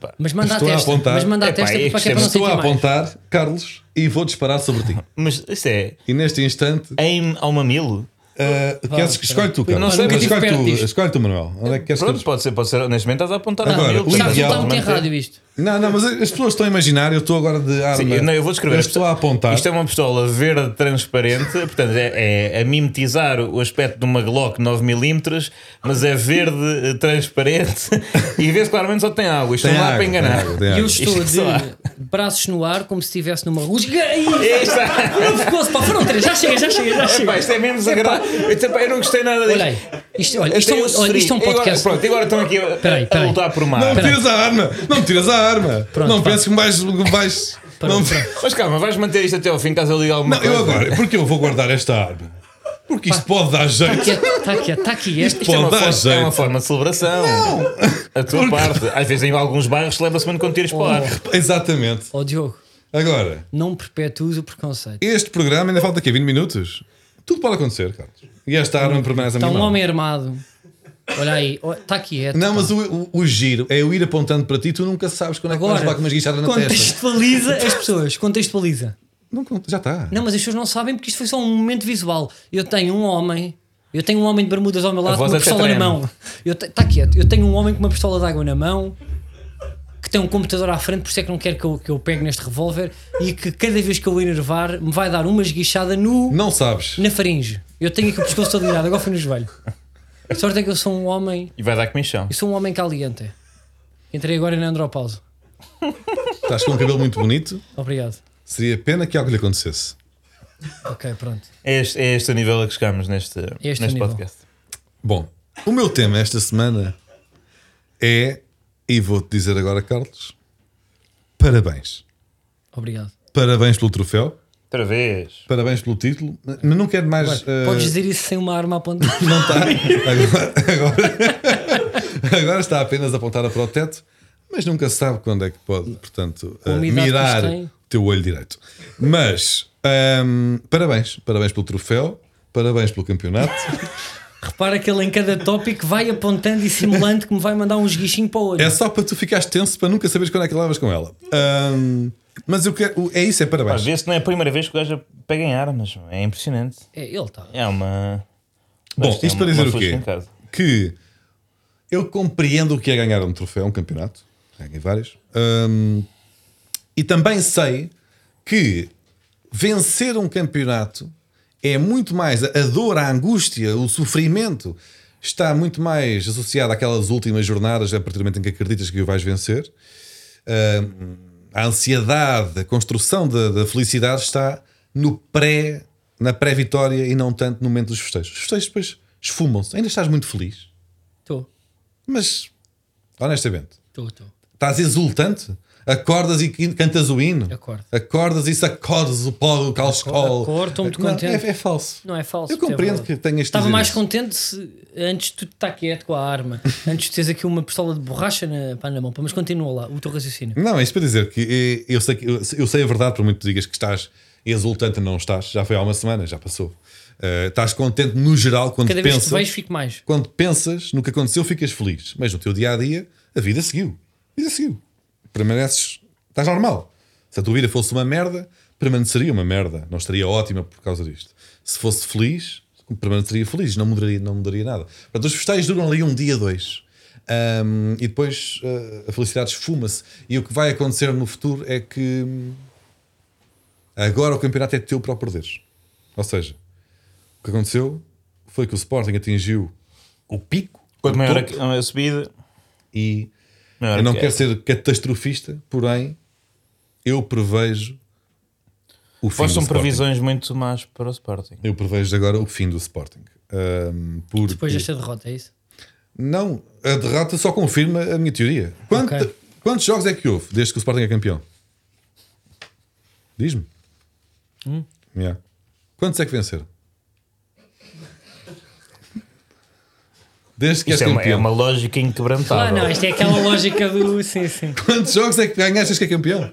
Speaker 3: Pá,
Speaker 2: Mas manda a
Speaker 1: estou a
Speaker 2: testa.
Speaker 1: apontar.
Speaker 2: mas manda a
Speaker 3: Epá,
Speaker 2: testa
Speaker 3: é
Speaker 2: para
Speaker 3: que
Speaker 2: que é para não
Speaker 1: Estou a
Speaker 2: sentir mais.
Speaker 1: apontar, Carlos, e vou disparar sobre ti.
Speaker 3: Mas isso é
Speaker 1: E neste instante,
Speaker 3: aim ao mamilo?
Speaker 1: eh, queres, escolhe tu, Carlos.
Speaker 3: Não sei, mas
Speaker 1: escolhe,
Speaker 2: espero
Speaker 1: tu,
Speaker 2: disto.
Speaker 1: escolhe tu, Manuel. Onde é que queres que eu
Speaker 3: Pronto, pode ser, pode ser. Neste momento estás a apontar ao
Speaker 1: Agora,
Speaker 3: mamilo.
Speaker 1: o
Speaker 2: Está a
Speaker 3: portanto,
Speaker 1: ideal-
Speaker 2: resultar muito
Speaker 3: realmente é-
Speaker 2: errado isto.
Speaker 1: Não, não, mas as pessoas estão a imaginar, eu estou agora de arma.
Speaker 3: Sim, eu- não, eu vou descrever.
Speaker 1: Eu estou a apontar.
Speaker 3: Isto é uma pistola verde transparente, portanto é, é a mimetizar o aspecto de uma Glock 9mm, mas é verde eh, transparente <laughs> e vê-se claramente só tem água. Isto
Speaker 1: Tem
Speaker 3: não dá
Speaker 1: água,
Speaker 3: para
Speaker 1: tem
Speaker 3: enganar.
Speaker 1: água, tem
Speaker 2: E eu
Speaker 1: água.
Speaker 2: estou
Speaker 3: Isto só há.
Speaker 2: de braços no ar, como se estivesse numa luz.
Speaker 1: <laughs>
Speaker 2: Aí,
Speaker 3: <laughs> Esta-
Speaker 2: Não ficou-se, pá, foram três. Já chega, já chega, já
Speaker 3: Epá,
Speaker 2: chega.
Speaker 3: é, isto é menos agradável. Eu, também- eu não gostei nada disto.
Speaker 2: Olha aí. Isto, olha, isto, é
Speaker 3: Até
Speaker 2: um-
Speaker 3: eu
Speaker 2: olha, isto é um
Speaker 3: sofri.
Speaker 2: podcast.
Speaker 3: Agora, pronto, agora estão aqui a,
Speaker 2: Peraí,
Speaker 3: a
Speaker 2: peraí.
Speaker 3: lutar por uma
Speaker 1: Não me
Speaker 3: arma.
Speaker 1: tiras a arma! Não me tiras a arma.
Speaker 2: Pronto,
Speaker 1: não
Speaker 2: vá.
Speaker 1: penses que vais. vais
Speaker 2: Pronto,
Speaker 1: não-
Speaker 2: pronto.
Speaker 3: Mas calma, vais manter isto até ao fim, caso eu ligue alguma
Speaker 1: <laughs> Não, eu
Speaker 3: coisa.
Speaker 1: agora, porque eu vou guardar esta arma? Porque isto pode dar jeito. <laughs>
Speaker 2: Está aqui, está aqui. Este.
Speaker 3: Isto é uma,
Speaker 1: Pode dar
Speaker 3: forma, é uma
Speaker 1: jeito.
Speaker 3: forma de celebração. A tua parte. Às vezes em alguns bairros celebra-se quando tiras para o ar.
Speaker 1: Exatamente.
Speaker 2: Ó Diogo,
Speaker 1: Agora,
Speaker 2: não perpetues o preconceito.
Speaker 1: este programa ainda falta aqui 20 minutos. Tudo pode acontecer, Carlos. E esta arma permanece a
Speaker 2: Está
Speaker 1: minha
Speaker 2: um
Speaker 1: mão.
Speaker 2: homem armado. Olha aí, está aqui. É,
Speaker 1: Não, mas o, o- o giro é eu ir apontando para ti, tu nunca sabes quando é que vais levar com uma esguichada na testa.
Speaker 2: contextualiza as pessoas, contextualiza.
Speaker 1: Não, conta, já tá. está.
Speaker 2: Não, mas as pessoas não sabem porque isto foi só um momento visual. Eu tenho um homem, eu tenho um homem de bermudas ao meu lado com
Speaker 3: voz
Speaker 2: uma
Speaker 3: até
Speaker 2: pistola na
Speaker 3: treme.
Speaker 2: mão. Está quieto, eu tenho um homem com uma pistola de água na mão, que tem um computador à frente, por isso é que não quer que eu, que eu pegue neste revólver e que cada vez que eu o enervar me vai dar uma esguichada no,
Speaker 1: Não sabes.
Speaker 2: na faringe. Eu tenho aqui o pescoço todo ligado, agora foi no joelho. A sorte é que eu sou um homem,
Speaker 3: E vai dar comichão.
Speaker 2: eu sou um homem caliente. Entrei agora na andropausa.
Speaker 1: Estás com um cabelo muito bonito.
Speaker 2: Obrigado.
Speaker 1: Seria pena que algo lhe acontecesse.
Speaker 2: Ok, pronto.
Speaker 3: É este, é este o nível a que chegamos neste,
Speaker 2: Este
Speaker 3: neste
Speaker 2: nível.
Speaker 3: podcast.
Speaker 1: Bom, o meu tema esta semana é, e vou-te dizer agora, Carlos, parabéns.
Speaker 2: Obrigado.
Speaker 1: Parabéns pelo troféu,
Speaker 3: Outra vez.
Speaker 1: parabéns pelo título, mas não quero mais. eh,
Speaker 2: Podes dizer isso sem uma arma apontada.
Speaker 1: Não está. Agora, <laughs> agora- agora está apenas apontada para o teto, mas nunca se sabe quando é que pode, portanto, eh,
Speaker 2: idade que
Speaker 1: mirar
Speaker 2: se tem.
Speaker 1: o teu olho direito. Mas, ahm, parabéns. Parabéns pelo troféu, parabéns pelo campeonato.
Speaker 2: Repara que ele em cada tópico vai apontando e simulando que me vai mandar uns guichinhos para o olho.
Speaker 1: É só para tu ficares tenso para nunca saberes quando é que levas com ela. Ahm, mas eu quero, é isso, é
Speaker 3: Às
Speaker 1: parabéns.
Speaker 3: vezes não é a primeira vez que o gajo pega em armas. É impressionante.
Speaker 2: É, ele está.
Speaker 3: É uma.
Speaker 1: Bom,
Speaker 3: Mas tem
Speaker 1: isto para
Speaker 3: uma-
Speaker 1: dizer
Speaker 3: uma
Speaker 1: o
Speaker 3: fusca
Speaker 1: quê?
Speaker 3: em casa.
Speaker 1: Que eu compreendo o que é ganhar um troféu, um campeonato, ganhei vários, Ahm, e também sei que vencer um campeonato é muito mais a a dor, a angústia, o sofrimento está muito mais associado àquelas últimas jornadas, a partir do momento em que acreditas que o vais vencer. Ahm, a ansiedade, a construção da, da felicidade está no pré, na pré-vitória e não tanto no momento dos festejos. Os festejos depois esfumam-se. Ainda estás muito feliz,
Speaker 2: Estou,
Speaker 1: mas honestamente,
Speaker 2: estou, estou.
Speaker 1: estás exultante. Acordas e quin- cantas o hino.
Speaker 2: Acordo.
Speaker 1: Acordas e sacodes o pó do calçol.
Speaker 2: Acordo, estou muito
Speaker 1: Não,
Speaker 2: contente.
Speaker 1: É, é falso.
Speaker 2: Não é falso.
Speaker 1: Eu compreendo
Speaker 2: é
Speaker 1: que
Speaker 2: verdade.
Speaker 1: tenhas de
Speaker 2: Estava
Speaker 1: dizer
Speaker 2: mais
Speaker 1: isso.
Speaker 2: contente se, antes de tu estar quieto com
Speaker 1: <laughs>
Speaker 2: a arma, antes de teres aqui uma pistola de borracha na, pá, na mão. Pá, Mas continua lá, o teu raciocínio.
Speaker 1: Não, é isto para dizer que eh, eu sei, que- eu sei- eu sei a verdade, por muito que digas que estás exultante, não estás. Já foi há uma semana, já passou. Eh, estás contente no geral quando
Speaker 2: Cada vez que
Speaker 1: pensas.
Speaker 2: tu vais, fico mais.
Speaker 1: Quando pensas no que aconteceu, ficas feliz. Mas no teu dia a dia, a vida seguiu. A vida seguiu. Permaneces. Estás normal. Se a tua vida fosse uma merda, permaneceria uma merda. Não estaria ótima por causa disto. Se fosse feliz, permaneceria feliz. Não mudaria, não mudaria nada. Portanto, os festais duram ali um dia, dois. Ahm, e depois ah, a felicidade esfuma-se. E o que vai acontecer no futuro é que hum, agora o campeonato é teu para o perderes. Ou seja, o que aconteceu foi que o Sporting atingiu o pico
Speaker 3: Quanto
Speaker 1: o
Speaker 3: maior
Speaker 1: topo,
Speaker 3: a, a subida,
Speaker 1: e
Speaker 3: maior
Speaker 1: eu não
Speaker 3: que é.
Speaker 1: quero ser catastrofista, porém eu prevejo o fim
Speaker 3: Foste
Speaker 1: do
Speaker 3: são
Speaker 1: Sporting.
Speaker 3: um previsões muito más para o Sporting.
Speaker 1: Eu prevejo agora o fim do Sporting. Ahm, porque-
Speaker 2: Depois desta derrota, é isso?
Speaker 1: Não, a derrota só confirma a minha teoria. Quanto-
Speaker 2: Ok.
Speaker 1: Quantos jogos é que houve desde que o Sporting é campeão? Diz-me.
Speaker 2: Hum?
Speaker 1: Yeah. Quantos é que venceram? Desde que
Speaker 3: Isto é
Speaker 1: és
Speaker 3: uma, é
Speaker 1: campeão.
Speaker 3: uma lógica inquebrantável.
Speaker 1: Tá
Speaker 2: Ah, não, isto é aquela lógica do. Sim, sim.
Speaker 1: Quantos jogos é que ganhaste que é campeão?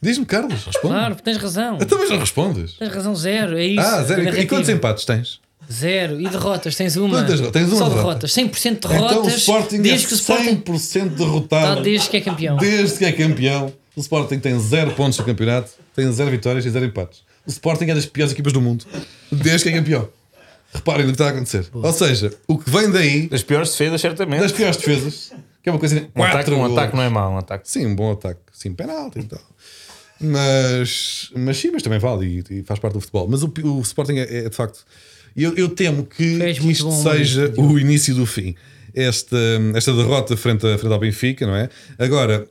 Speaker 1: Diz-me, Carlos, responde.
Speaker 2: Claro, tens razão.
Speaker 1: Então, mas não respondes.
Speaker 2: Tens razão, zero. É isso.
Speaker 1: ah, zero. E- E
Speaker 2: Narrativa.
Speaker 1: quantos empates tens?
Speaker 2: Zero. E derrotas, tens uma.
Speaker 1: Quantas- tens uma
Speaker 2: Só
Speaker 1: derrota.
Speaker 2: derrotas. 100% de derrotas.
Speaker 1: então o Sporting
Speaker 2: desde
Speaker 1: é
Speaker 2: que o Sporting.
Speaker 1: 100%
Speaker 2: Tá,
Speaker 1: derrotado.
Speaker 2: desde que é campeão.
Speaker 1: Desde que é campeão, o Sporting tem 0 pontos no campeonato, tem 0 vitórias e 0 empates. O Sporting é das piores equipas do mundo, desde que é campeão. Reparem no que está a acontecer. Ou seja, o que vem daí,
Speaker 3: Das piores defesas, certamente.
Speaker 1: das piores defesas, que é uma coisa.
Speaker 3: Um ataque, um
Speaker 1: golos.
Speaker 3: ataque não é mau, um ataque.
Speaker 1: Sim, um bom ataque, sim, penalti e tal. Mas, mas sim, mas também vale e, e faz parte do futebol. Mas o, P- o Sporting é, é de facto. Eu, eu temo que,
Speaker 2: Tu és
Speaker 1: que
Speaker 2: muito
Speaker 1: isto
Speaker 2: bom
Speaker 1: seja o início do fim. Esta, esta derrota frente, a, frente ao Benfica, não é? Agora,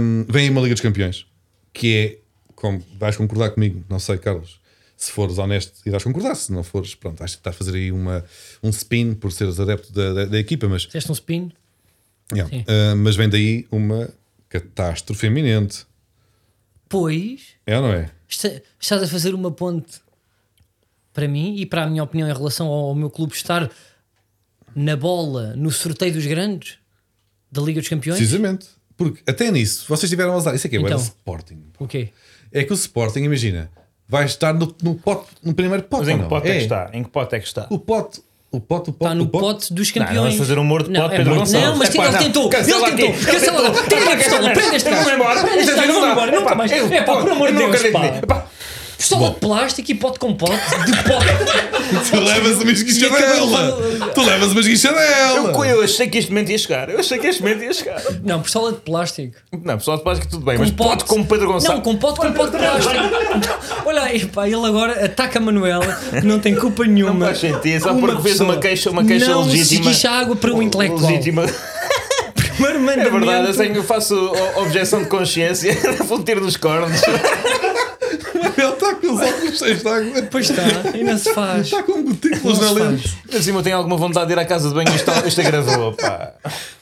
Speaker 1: hum, vem aí uma Liga dos Campeões, que é, como vais concordar comigo, não sei, Carlos, se fores honesto, irás concordar, se não fores, pronto, acho que estás a fazer aí uma, um spin por seres adepto da- da, da equipa, mas
Speaker 2: Fizeste um spin.
Speaker 1: Yeah. Ah, mas vem daí uma Catástrofe iminente.
Speaker 2: Pois,
Speaker 1: É ou não é?
Speaker 2: esta- estás a fazer uma ponte para mim e para a minha opinião em relação ao, ao meu clube estar na bola, no sorteio dos grandes da Liga dos Campeões?
Speaker 1: Precisamente. Porque até nisso, vocês tiveram a usar. Isso aqui é bué
Speaker 2: Então.
Speaker 1: do Sporting.
Speaker 2: O quê?
Speaker 1: É que o Sporting, imagina, vai estar no, no, pote, no primeiro pote.
Speaker 3: Mas em
Speaker 1: ou
Speaker 3: que
Speaker 1: não?
Speaker 3: pote é
Speaker 1: É.
Speaker 3: que está? Em que pote é que está?
Speaker 1: O pote, o pote, o pote.
Speaker 2: Está no
Speaker 1: o
Speaker 2: pote dos
Speaker 3: Não, não
Speaker 2: campeões.
Speaker 3: vamos fazer um humor de pote,
Speaker 2: é
Speaker 3: Pedro
Speaker 2: bom.
Speaker 3: Gonçalves.
Speaker 2: Não, mas
Speaker 3: Epá,
Speaker 2: ele
Speaker 3: não,
Speaker 2: tentou,
Speaker 3: cancela
Speaker 2: ele tentou,
Speaker 3: aqui.
Speaker 2: cancela logo, tira a pistola, prende este
Speaker 3: Eu vou
Speaker 2: gajo.
Speaker 3: embora.
Speaker 2: Prende este gajo,
Speaker 3: Eu vou
Speaker 2: vamos
Speaker 3: embora.
Speaker 2: embora, nunca
Speaker 3: Epá,
Speaker 2: mais.
Speaker 3: eu
Speaker 2: É pá, por
Speaker 3: posso,
Speaker 2: amor
Speaker 3: eu
Speaker 2: de
Speaker 3: não
Speaker 2: Deus,
Speaker 3: acredito
Speaker 2: pá.
Speaker 3: nisso. Epá,
Speaker 2: Pistola de plástico e pote com pote, de
Speaker 3: <laughs>
Speaker 2: pote.
Speaker 1: Tu levas uma esguichadela!
Speaker 2: acabou.
Speaker 1: Tu levas uma
Speaker 3: Eu,
Speaker 1: esguichadela!
Speaker 3: eu achei que este momento ia chegar. Eu achei que este momento ia chegar.
Speaker 2: Não, pistola de plástico.
Speaker 3: Não, pessoal, de plástico tudo bem, mas pote como Pedro Gonçalves.
Speaker 2: Um Não, com pote com pote de plástico. <laughs> Olha aí, pá, ele agora ataca a Manuela, que não tem culpa nenhuma.
Speaker 3: Não faz sentido, só porque fez
Speaker 2: pessoa
Speaker 3: uma queixa- uma queixa
Speaker 2: não
Speaker 3: legítima.
Speaker 2: Não se esguicha água para um
Speaker 3: é
Speaker 2: intelectual.
Speaker 3: <laughs> Legítima.
Speaker 2: Primeiro
Speaker 3: É
Speaker 2: mandamento.
Speaker 3: verdade, eu sei que eu faço o- objeção de consciência. <laughs> Vou ter nos cornos.
Speaker 1: Ele está com os óculos cheios de água.
Speaker 2: Pois está, e não se faz.
Speaker 1: Está com um gotículas na
Speaker 2: Não se
Speaker 1: lente.
Speaker 3: Assim, eu tenho alguma vontade de ir à casa de banho e isto, isto agradou, pá.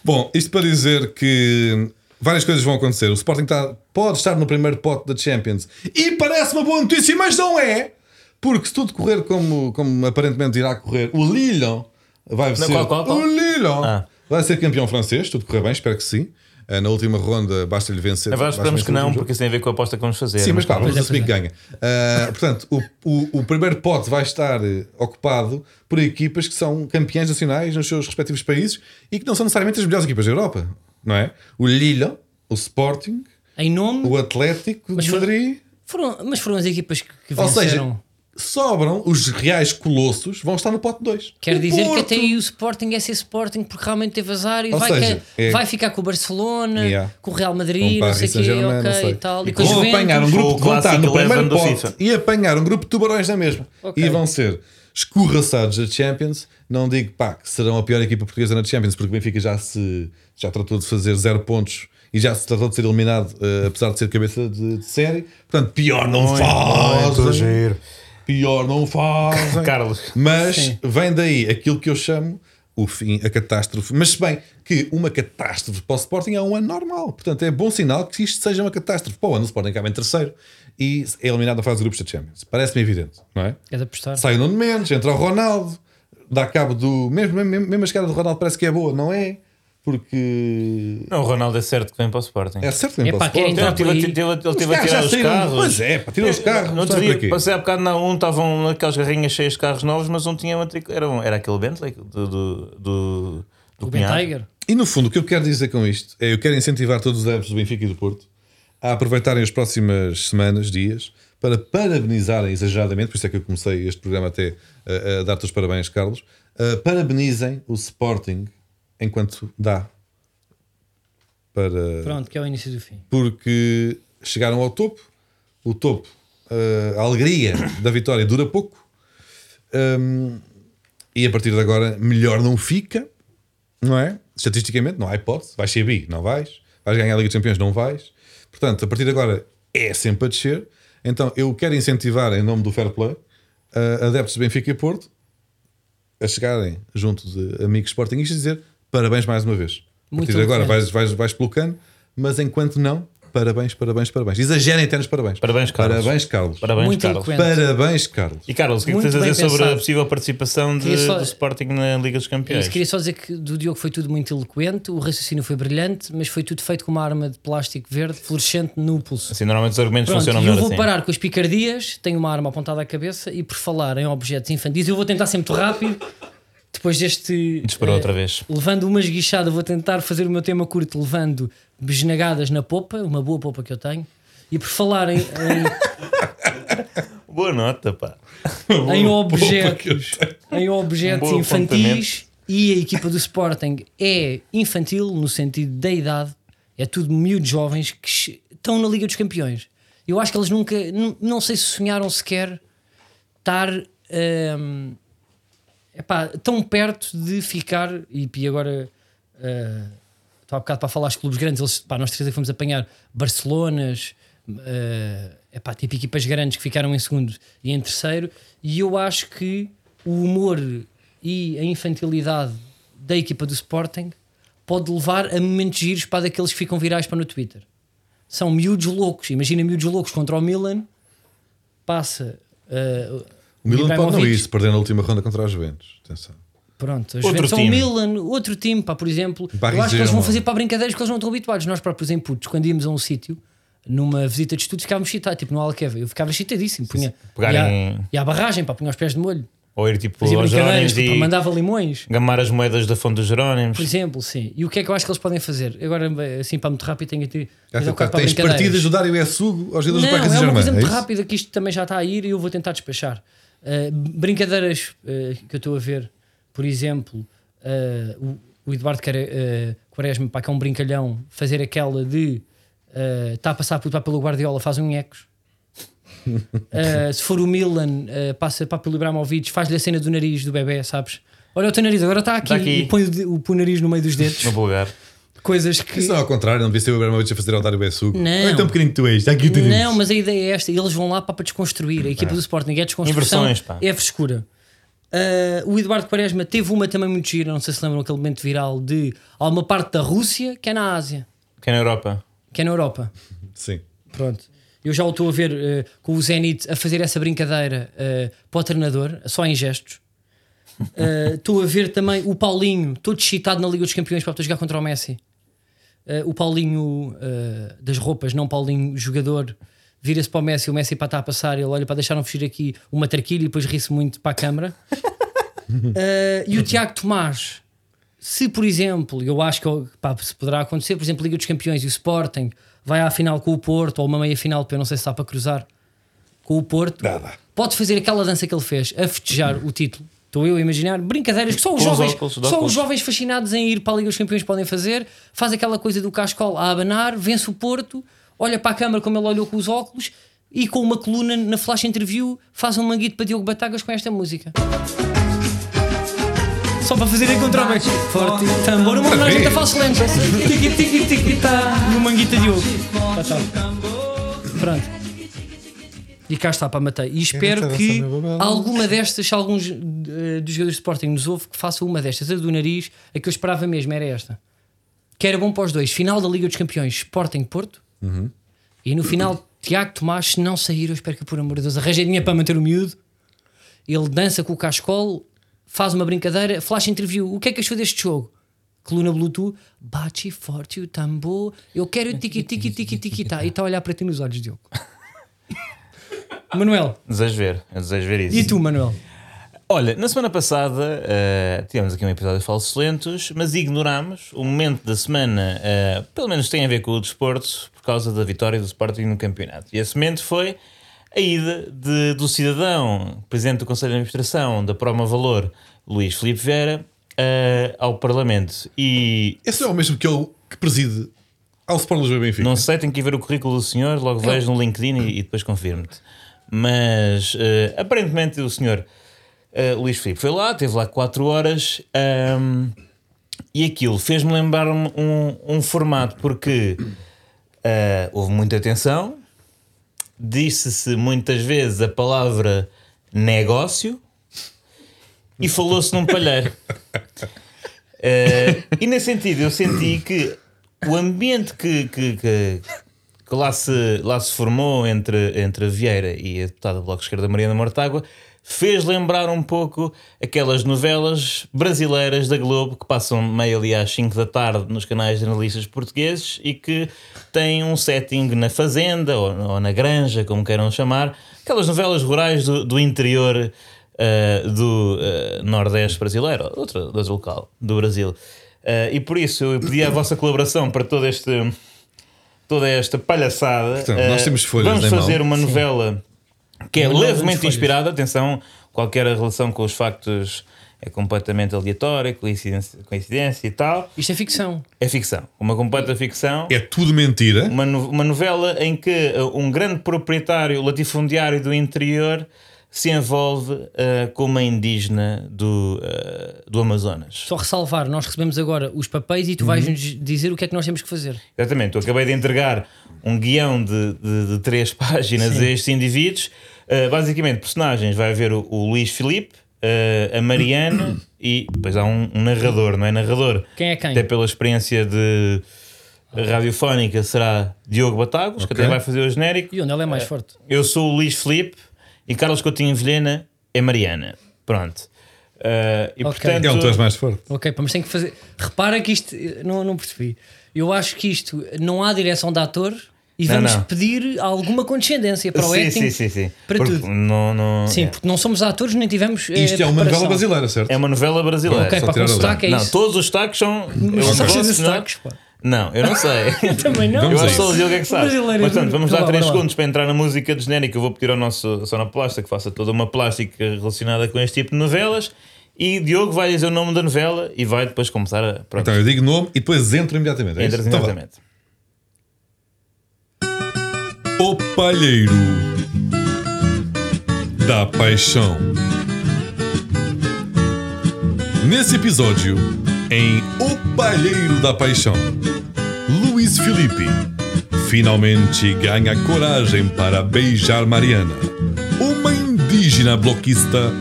Speaker 1: Bom, isto para dizer que várias coisas vão acontecer. O Sporting está- pode estar no primeiro pote da Champions e parece uma boa notícia, mas não é. Porque se tudo correr como, como aparentemente irá correr, o Lille vai ser
Speaker 3: qual, qual, qual?
Speaker 1: o Lille
Speaker 3: Ah.
Speaker 1: vai ser campeão francês, tudo correr bem, espero que sim. Eh, Na última ronda basta-lhe vencer.
Speaker 3: Na verdade, esperamos
Speaker 1: basta-lhe vencer
Speaker 3: que
Speaker 1: o
Speaker 3: não,
Speaker 1: jogo.
Speaker 3: porque isso tem a ver com a aposta que vamos fazer.
Speaker 1: Sim, mas claro, vamos
Speaker 2: Pois é,
Speaker 1: assumir que ganha. Ah, portanto, o, o, o primeiro pote vai estar eh, ocupado por equipas que são campeãs nacionais nos seus respectivos países e que não são necessariamente as melhores equipas da Europa, não é? O Lille, o Sporting,
Speaker 2: Em nome.
Speaker 1: o Atlético
Speaker 2: Mas
Speaker 1: de
Speaker 2: foram-
Speaker 1: Madrid.
Speaker 2: Foram, mas foram as equipas que, que
Speaker 1: Ou seja,
Speaker 2: venceram.
Speaker 1: sobram os reais colossos, vão estar no pote 2.
Speaker 2: Quer dizer que até aí o Sporting é ser Sporting porque realmente teve azar e
Speaker 1: Ou
Speaker 2: vai,
Speaker 1: seja,
Speaker 2: que-
Speaker 1: é-
Speaker 2: vai ficar com o Barcelona,
Speaker 1: Yeah.
Speaker 2: com o Real
Speaker 1: Com
Speaker 2: Madrid,
Speaker 1: o
Speaker 2: não
Speaker 1: Paris
Speaker 2: sei o quê,
Speaker 1: Saint-Germain,
Speaker 2: ok
Speaker 1: não sei.
Speaker 2: e tal. E,
Speaker 1: E
Speaker 2: com os
Speaker 1: vão apanhar um
Speaker 2: Juventus.
Speaker 1: grupo
Speaker 3: Ou
Speaker 1: que vão estar
Speaker 3: clássico
Speaker 1: no primeiro
Speaker 3: Eleven do
Speaker 1: pote
Speaker 3: FIFA.
Speaker 1: e apanhar um grupo de tubarões na mesma.
Speaker 2: Ok.
Speaker 1: E vão ser escorraçados da Champions. Não digo pá, que serão a pior equipa portuguesa na Champions, porque o Benfica já se já tratou de fazer zero pontos e já se tratou de ser eliminado, eh, apesar de ser cabeça de, de série. Portanto, pior não fazem. Pior não fazem.
Speaker 3: Carlos.
Speaker 1: Mas
Speaker 2: Sim.
Speaker 1: vem daí aquilo que eu chamo o fim, a catástrofe. Mas, se bem que uma catástrofe para o Sporting é um ano normal. Portanto, é bom sinal que isto seja uma catástrofe. Para o ano, o Sporting acaba em terceiro e é eliminado na fase de grupos da Champions. Parece-me evidente, não é?
Speaker 2: É de apostar.
Speaker 1: Sai o Nuno Mendes, entra o Ronaldo, dá cabo do. Mesmo, mesmo, mesmo a chegada do Ronaldo parece que é boa, não é? Porque.
Speaker 3: Não, o Ronaldo é certo que vem para o Sporting.
Speaker 1: É certo que
Speaker 2: É pá, querem
Speaker 3: Ele
Speaker 2: entrar por
Speaker 3: teve,
Speaker 2: aí.
Speaker 3: ele teve- ele
Speaker 1: Os
Speaker 3: teve a
Speaker 1: carros
Speaker 3: tirar
Speaker 1: já
Speaker 3: os
Speaker 1: saíram.
Speaker 3: carros.
Speaker 1: Pois é, pá, tira os carros.
Speaker 3: No
Speaker 1: não
Speaker 3: outro
Speaker 1: sabe para
Speaker 3: dia
Speaker 1: quê.
Speaker 3: passei há bocado na 1, estavam naquelas garrinhas cheias de carros novos, mas um tinha matrícula. Era, um- era aquele Bentley do, do, do, do
Speaker 2: O Ben
Speaker 3: cunhado.
Speaker 2: Tiger.
Speaker 1: E no fundo, o que eu quero dizer com isto é eu quero incentivar todos os adeptos do Benfica e do Porto a aproveitarem as próximas semanas, dias, para parabenizarem exageradamente, por isso é que eu comecei este programa até uh, a dar-te os parabéns, Carlos. uh, parabenizem o Sporting enquanto dá para
Speaker 2: Pronto, que é o início do fim.
Speaker 1: porque chegaram ao topo. O topo, eh, a alegria da vitória dura pouco. Hum, e a partir de agora, melhor não fica, não é? Estatisticamente, não há hipótese. Vais ser bi, não vais. Vais ganhar a Liga dos Campeões, não vais. Portanto, a partir de agora é sempre a descer. Então, eu quero incentivar, em nome do Fair Play, eh, adeptos de Benfica e Porto a chegarem junto de amigos sportingistas e dizer parabéns mais uma vez. A
Speaker 2: Muito
Speaker 1: partir de agora,
Speaker 2: bem.
Speaker 1: vais, vais, vais pelo cano, mas enquanto não, parabéns, parabéns, parabéns. Exagerem até nos parabéns.
Speaker 3: Parabéns, Carlos.
Speaker 1: Parabéns, Carlos.
Speaker 3: Parabéns,
Speaker 2: Muito
Speaker 3: Carlos.
Speaker 2: eloquente.
Speaker 1: Parabéns, Carlos.
Speaker 3: E Carlos, o que é que
Speaker 2: Muito
Speaker 3: tens a
Speaker 2: bem
Speaker 3: dizer sobre a
Speaker 2: pensado.
Speaker 3: possível participação de,
Speaker 2: Queria só-
Speaker 3: do Sporting na Liga dos
Speaker 2: É
Speaker 3: Campeões?
Speaker 2: isso, queria só dizer que do Diogo foi tudo muito eloquente, o raciocínio foi brilhante, mas foi tudo feito com uma arma de plástico verde fluorescente no pulso.
Speaker 3: Assim, normalmente os argumentos
Speaker 2: Pronto,
Speaker 3: funcionam
Speaker 2: e eu
Speaker 3: melhor
Speaker 2: vou
Speaker 3: assim.
Speaker 2: parar com as picardias, tenho uma arma apontada à cabeça e por falar em objetos infantis, eu vou tentar ser muito rápido. Depois deste.
Speaker 3: Disparou
Speaker 2: eh,
Speaker 3: outra vez.
Speaker 2: Levando uma esguichada, vou tentar fazer o meu tema curto, levando besnagadas na popa, uma boa popa que eu tenho. E por falar em, em,
Speaker 3: Boa nota, pá. <laughs>
Speaker 2: em
Speaker 1: Opa, que eu
Speaker 2: objetos, em objetos
Speaker 3: Um bom
Speaker 2: infantis
Speaker 3: apontamento.
Speaker 2: e a equipa do Sporting é infantil no sentido da idade, é tudo miúdos jovens que che- estão na Liga dos Campeões. Eu acho que eles nunca, nu- não sei se sonharam sequer estar hum, epá, tão perto de ficar e, e agora eh, estou há bocado para falar dos clubes grandes, eles, pá, nós três é que fomos apanhar Barcelonas, eh, epá, tipo equipas grandes que ficaram em segundo e em terceiro, e eu acho que o humor e a infantilidade da equipa do Sporting pode levar a momentos giros para daqueles que ficam virais para no Twitter. São miúdos loucos. Imagina miúdos loucos contra o Milan. Passa. ah,
Speaker 1: O Milan pode não
Speaker 2: Ibrahimovic.
Speaker 1: isso, perder na última ronda contra as Juventus. Atenção.
Speaker 2: Pronto, os
Speaker 3: Outro
Speaker 2: Juventus são o
Speaker 3: time.
Speaker 2: Milan, outro time, pá, por exemplo.
Speaker 1: Paris
Speaker 2: eu acho que eles vão
Speaker 1: Saint-Germain.
Speaker 2: fazer para brincadeiras que eles não estão habituados. Nós próprios em putos, quando íamos a um sítio, numa visita de estudo, ficávamos chitados, tipo no Alqueva. Eu ficava chitadíssimo. Punha,
Speaker 3: Pegarem-
Speaker 2: e, a, barragem, pá, punha os pés de molho.
Speaker 3: Ou ir tipo
Speaker 2: Fazia
Speaker 3: aos
Speaker 2: brincadeiras,
Speaker 3: Jerónimos
Speaker 2: tipo,
Speaker 3: e
Speaker 2: mandava limões.
Speaker 3: gamar as moedas da fonte dos Jerónimos.
Speaker 2: Por exemplo, sim. E o que é que eu acho que eles podem fazer? Agora, assim, para muito rápido, tenho a ter.
Speaker 1: Já
Speaker 2: tenho um a
Speaker 1: tem-
Speaker 2: ocupar
Speaker 1: tens
Speaker 2: brincadeiras.
Speaker 1: partidas do Dário Sugo aos
Speaker 2: tá Não,
Speaker 1: jogadores do Paris
Speaker 2: é uma
Speaker 1: Saint-Germain.
Speaker 2: coisa muito
Speaker 1: é isso?
Speaker 2: rápida que isto também já está a ir e eu vou tentar despachar. Uh, brincadeiras uh, que eu estou a ver, por exemplo, uh, o, o Eduardo Care- uh, Quaresma, pá, que é um brincalhão, fazer aquela de uh, está a passar por, pá, pelo Guardiola, faz um
Speaker 1: <laughs>
Speaker 2: ecos. Uh, se for o Milan, uh, passa pá, pelo Ibrahimovic, faz-lhe a cena do nariz do bebê, sabes? Olha o teu nariz, agora está aqui,
Speaker 3: Está aqui.
Speaker 2: e põe o, de- o- põe o nariz no meio dos dedos.
Speaker 3: No vulgar.
Speaker 2: Coisas que.
Speaker 1: Isso não é ao contrário, não devia ser o Ibrahimovic a fazer ao Dário Sugo.
Speaker 2: Não.
Speaker 1: Olha tão pequenino que tu és, está aqui o teu
Speaker 2: Não, mas a ideia é esta. Eles vão lá para para desconstruir. A equipa do Sporting é desconstrução.
Speaker 3: Inversões, pá.
Speaker 2: é frescura. Ah, o Eduardo Quaresma teve uma também muito gira. Não sei se lembram aquele momento viral de há uma parte da Rússia que é na Ásia,
Speaker 3: Que é na Europa.
Speaker 2: que é na Europa.
Speaker 1: Sim.
Speaker 2: Pronto. Eu já o estou a ver eh, com o Zenit a fazer essa brincadeira eh, para o treinador, só em gestos. Eh, Estou a ver também o Paulinho, todo excitado na Liga dos Campeões para poder jogar contra o Messi. Eh, o Paulinho eh, das roupas, não Paulinho jogador, vira-se para o Messi, o Messi para estar a passar, ele olha para deixar fugir aqui uma traquilha e depois ri-se muito para a câmara. Eh, e o Tiago Tomás, se por exemplo, eu acho que pá, se poderá acontecer, por exemplo, Liga dos Campeões e o Sporting vai à final com o Porto ou uma meia final, porque eu não sei se está para cruzar com o Porto,
Speaker 1: Nada.
Speaker 2: pode fazer aquela dança que ele fez a festejar o título. Estou eu a imaginar brincadeiras que só os
Speaker 3: Com os
Speaker 2: jovens,
Speaker 3: óculos, os
Speaker 2: só os
Speaker 3: óculos.
Speaker 2: jovens fascinados em ir para a Liga dos Campeões podem fazer. Faz aquela coisa do Cascol a abanar, vence o Porto, olha para a câmara como ele olhou com os óculos e com uma coluna na flash interview faz um manguito para Diogo Batagas com esta música. Só para fazer encontrar bem. Forte tambor, uma homenagem a falso lento. Tiki tiki tiki tá no manguito de Diogo. Tá, tá. Pronto. E cá está para matei. E espero
Speaker 1: Quero
Speaker 2: que
Speaker 1: essa minha babela.
Speaker 2: alguma destas, se alguns eh, dos jogadores de Sporting nos ouve, que faça uma destas. A do nariz, a que eu esperava mesmo, era esta. Que era bom para os dois. Final da Liga dos Campeões, Sporting Porto. E no final, Tiago Tomás, se não sair, eu espero que por amor de Deus arranje dinheiro para manter o miúdo. Ele dança com o cascol, faz uma brincadeira, flash interview. O que é que achou deste jogo? Coluna Bluetooth, bate forte o tambor, eu quero tiki tiki tiki tiki tá. E está a olhar para ti nos olhos, Diogo. <laughs> Manuel,
Speaker 3: Desejo ver. Eu desejo ver isso.
Speaker 2: e tu, Manuel?
Speaker 3: Olha, na semana passada eh, tivemos aqui um episódio de Falsos Lentos, mas ignorámos o momento da semana, eh, pelo menos tem a ver com o desporto, por causa da vitória do Sporting no campeonato. E esse momento foi a ida de- do cidadão, presidente do Conselho de Administração da Proma Valor, Luís Filipe Vera, eh, ao Parlamento. E
Speaker 1: Esse é o mesmo que ele que preside ao Sport Lisboa e Benfica.
Speaker 3: não sei, tenho que ir ver o currículo do senhor, logo vejo no LinkedIn e, e depois confirmo-te. Mas eh, aparentemente o senhor eh, Luís Filipe foi lá, teve lá 4 horas ahm, e aquilo fez-me lembrar um, um- um formato porque eh, houve muita atenção, disse-se muitas vezes a palavra negócio e falou-se num palheiro. Eh, e nesse sentido, eu senti que o ambiente que, que, que- que lá, se, lá se formou entre, entre a Vieira e a deputada do Bloco de Esquerda Mariana Mortágua fez lembrar um pouco aquelas novelas brasileiras da Globo que passam meio ali às 5 da tarde nos canais jornalistas portugueses e que têm um setting na fazenda ou, ou na granja, como queiram chamar, aquelas novelas rurais do, do interior eh, do eh, Nordeste brasileiro, ou de outro, de outro local do Brasil. Eh, e por isso eu pedi a vossa colaboração para todo este, toda esta palhaçada.
Speaker 1: Portanto,
Speaker 3: Eh,
Speaker 1: nós temos folhas
Speaker 3: Vamos
Speaker 1: em mão.
Speaker 3: fazer uma novela que é
Speaker 2: Uma novela de
Speaker 3: levemente
Speaker 2: folhas.
Speaker 3: inspirada. Atenção, qualquer relação com os factos é completamente aleatória, coincidência, coincidência e tal.
Speaker 2: Isto é ficção.
Speaker 3: É ficção, uma completa ficção.
Speaker 1: É tudo mentira.
Speaker 3: Uma, no- uma novela em que uh, um grande proprietário latifundiário do interior se envolve uh, com uma indígena do, uh, do Amazonas.
Speaker 2: Só ressalvar, nós recebemos agora os papéis e tu
Speaker 3: Uhum.
Speaker 2: vais-nos dizer o que é que nós temos que fazer.
Speaker 3: Exatamente, eu acabei de entregar um guião de, de- de <laughs> Eh, três páginas a estes indivíduos. Uh, basicamente, personagens: vai haver o, o Luís Filipe, eh, a Mariano e depois há um, um narrador, não é? Narrador.
Speaker 2: Quem é quem?
Speaker 3: Até pela experiência de radiofónica será Diogo Batagos, que
Speaker 1: Ok.
Speaker 3: até vai fazer o genérico.
Speaker 2: E onde ele é mais forte?
Speaker 3: Eu sou o Luís Felipe e Carlos Coutinho Vilhena é Mariana. Pronto. Eh, e
Speaker 2: Ok.
Speaker 3: portanto,
Speaker 1: É onde tu és mais forte.
Speaker 2: Ok, pá, mas tem que fazer. Repara que isto. eh, Não, não percebi. Eu acho que isto não há direção de ator e
Speaker 3: Não,
Speaker 2: vamos
Speaker 3: não.
Speaker 2: pedir alguma condescendência para o
Speaker 3: sim,
Speaker 2: acting.
Speaker 3: sim, sim, sim.
Speaker 2: para
Speaker 3: Porque
Speaker 2: tudo.
Speaker 3: Não, não,
Speaker 2: Sim,
Speaker 3: é.
Speaker 2: porque não somos atores nem tivemos. eh,
Speaker 1: Isto é uma
Speaker 2: preparação.
Speaker 1: novela brasileira, certo?
Speaker 3: É uma novela brasileira.
Speaker 2: Ok,
Speaker 1: Só
Speaker 2: pá, com
Speaker 1: tirar o
Speaker 2: sotaque é
Speaker 3: não,
Speaker 2: isso.
Speaker 3: todos os sotaques são. eu
Speaker 2: só
Speaker 3: posso
Speaker 2: preciso de
Speaker 3: assinar-
Speaker 2: sotaques, pá.
Speaker 3: Não, eu não
Speaker 2: <laughs>
Speaker 3: sei.
Speaker 2: Também não.
Speaker 1: Vamos
Speaker 3: é? Eu
Speaker 1: a
Speaker 3: acho que só o
Speaker 1: isso.
Speaker 3: Diogo é que sabe.
Speaker 2: brasileiro é
Speaker 3: Mas, portanto,
Speaker 2: muito-
Speaker 3: vamos
Speaker 2: Vá
Speaker 3: dar
Speaker 2: lá,
Speaker 3: 3
Speaker 2: bora lá.
Speaker 3: segundos para entrar na música de genérico. Eu vou pedir ao nosso sonoplasta que faça toda uma plástica relacionada com este tipo de novelas. E Diogo vai dizer o nome da novela e vai depois começar a. Pronto,
Speaker 1: Então eu digo nome e depois entro imediatamente. É isso?
Speaker 3: entras
Speaker 1: Então vá.
Speaker 3: imediatamente.
Speaker 1: O Palheiro da Paixão. Nesse episódio, em O Palheiro da Paixão, Luiz Felipe finalmente ganha coragem para beijar Mariana, uma indígena bloquista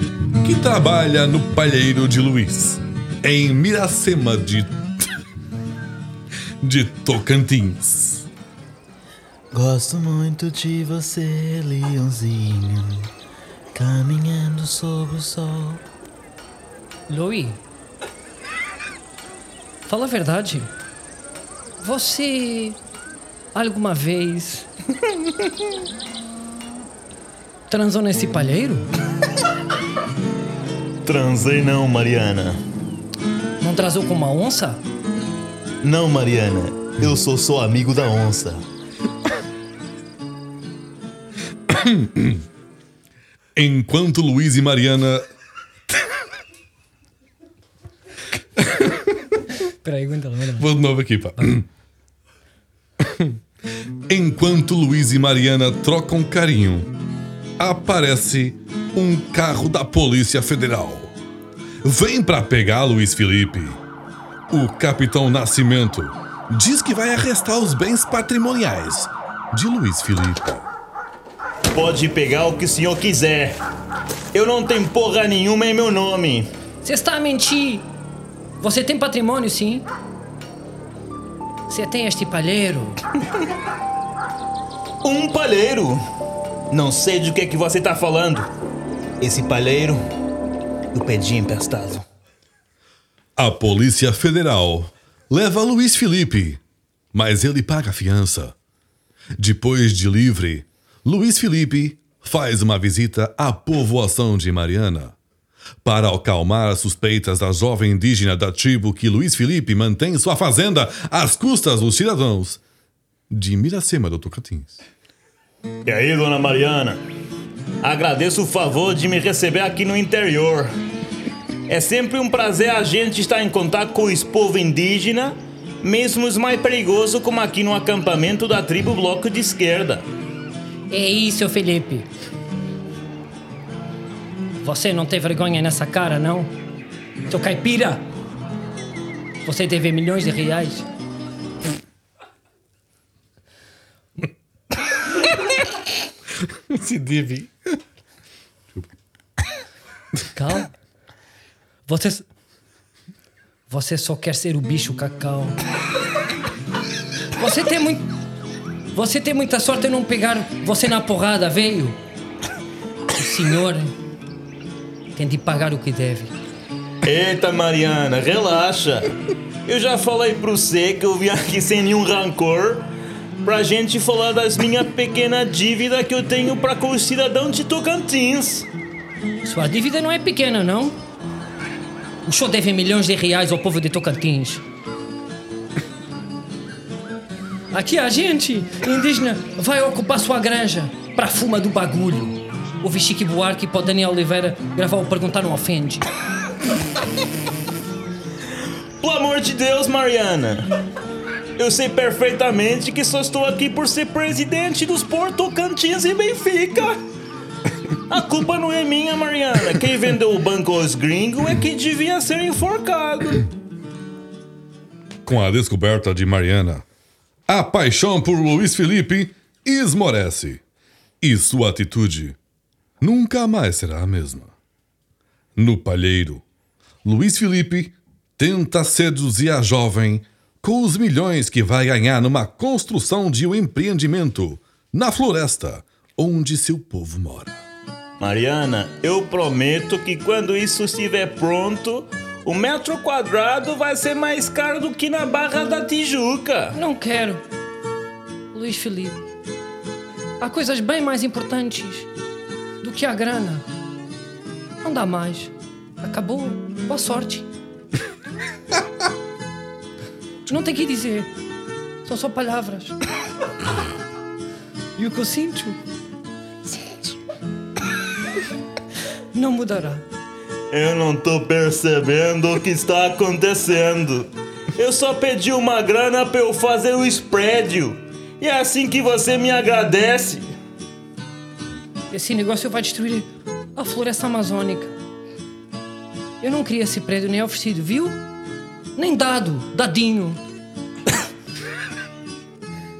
Speaker 1: que trabalha no Palheiro de Luiz, em Miracema de, <laughs> de Tocantins.
Speaker 4: Gosto muito de você, leãozinho, caminhando sob o sol.
Speaker 2: Louis, fala a verdade. Você alguma vez <laughs> transou nesse palheiro?
Speaker 4: Transei não, Mariana.
Speaker 2: Não transou com uma onça?
Speaker 4: Não, Mariana. Eu sou só amigo da onça.
Speaker 1: Enquanto Luiz e Mariana.
Speaker 2: Peraí, aguenta lá, aguenta lá.
Speaker 1: Vou de novo aqui, pá. Enquanto Luiz e Mariana trocam carinho, aparece um carro da Polícia Federal. Vem pra pegar Luiz Felipe. O Capitão Nascimento diz que vai arrestar os bens patrimoniais de Luiz Felipe.
Speaker 3: Pode pegar o que o senhor quiser. Eu não tenho porra nenhuma em meu nome.
Speaker 2: Você está a mentir! Você tem patrimônio, sim? Você tem este palheiro?
Speaker 3: Um palheiro. Não sei de que é que você está falando.
Speaker 4: Esse palheiro eu pedi emprestado.
Speaker 1: A Polícia Federal leva Luiz Felipe, mas ele paga a fiança. Depois de livre, Luiz Felipe faz uma visita à povoação de Mariana. Para acalmar as suspeitas da jovem indígena da tribo que Luiz Felipe mantém em sua fazenda às custas dos cidadãos de Miracema do Tocantins.
Speaker 3: E aí, dona Mariana? Agradeço o favor de me receber aqui no interior. É sempre um prazer a gente estar em contato com os povo indígena, mesmo os mais perigosos, como aqui no acampamento da tribo Bloco de Esquerda.
Speaker 2: É isso, seu Felipe. Você não tem vergonha nessa cara, não? Seu caipira! Você deve milhões de reais.
Speaker 1: Se deve.
Speaker 2: Calma. Você. Você só quer ser o bicho cacau. Você tem muito. Você tem muita sorte em não pegar você na porrada, veio. O senhor tem de pagar o que deve.
Speaker 3: Eita, Mariana, relaxa. Eu já falei pro você que eu vim aqui sem nenhum rancor pra gente falar das minhas pequenas dívidas que eu tenho pra com os cidadãos de Tocantins.
Speaker 2: Sua dívida não é pequena, não? O senhor deve milhões de reais ao povo de Tocantins. Aqui a gente, indígena, vai ocupar sua granja pra fuma do bagulho. Ouvi Chique Buarque para Daniel Oliveira gravar o Perguntar Não Ofende.
Speaker 3: Pelo amor de Deus, Mariana! Eu sei perfeitamente que só estou aqui por ser presidente dos Portocantins e Benfica! A culpa não é minha, Mariana. Quem vendeu o banco aos gringos é que devia ser enforcado.
Speaker 1: Com a descoberta de Mariana, a paixão por Luiz Felipe esmorece e sua atitude nunca mais será a mesma. no Palheiro. Luís Filipe tenta seduzir a jovem com os milhões que vai ganhar numa construção de um empreendimento na floresta onde seu povo mora.
Speaker 3: Mariana, eu prometo que quando isso estiver pronto, o metro quadrado vai ser mais caro do que na Barra da Tijuca.
Speaker 2: Não quero. Luís Filipe, há coisas bem mais importantes do que a grana. Não dá mais. Acabou. Boa sorte. Não tem que dizer. São só palavras. E o que eu sinto? Não mudará.
Speaker 3: Eu não tô percebendo o que está acontecendo. Eu só pedi uma grana pra eu fazer o spread. E é assim que você me agradece.
Speaker 2: Esse negócio vai destruir a floresta amazônica. Eu não queria esse prédio nem oferecido, viu? Nem dado, dadinho.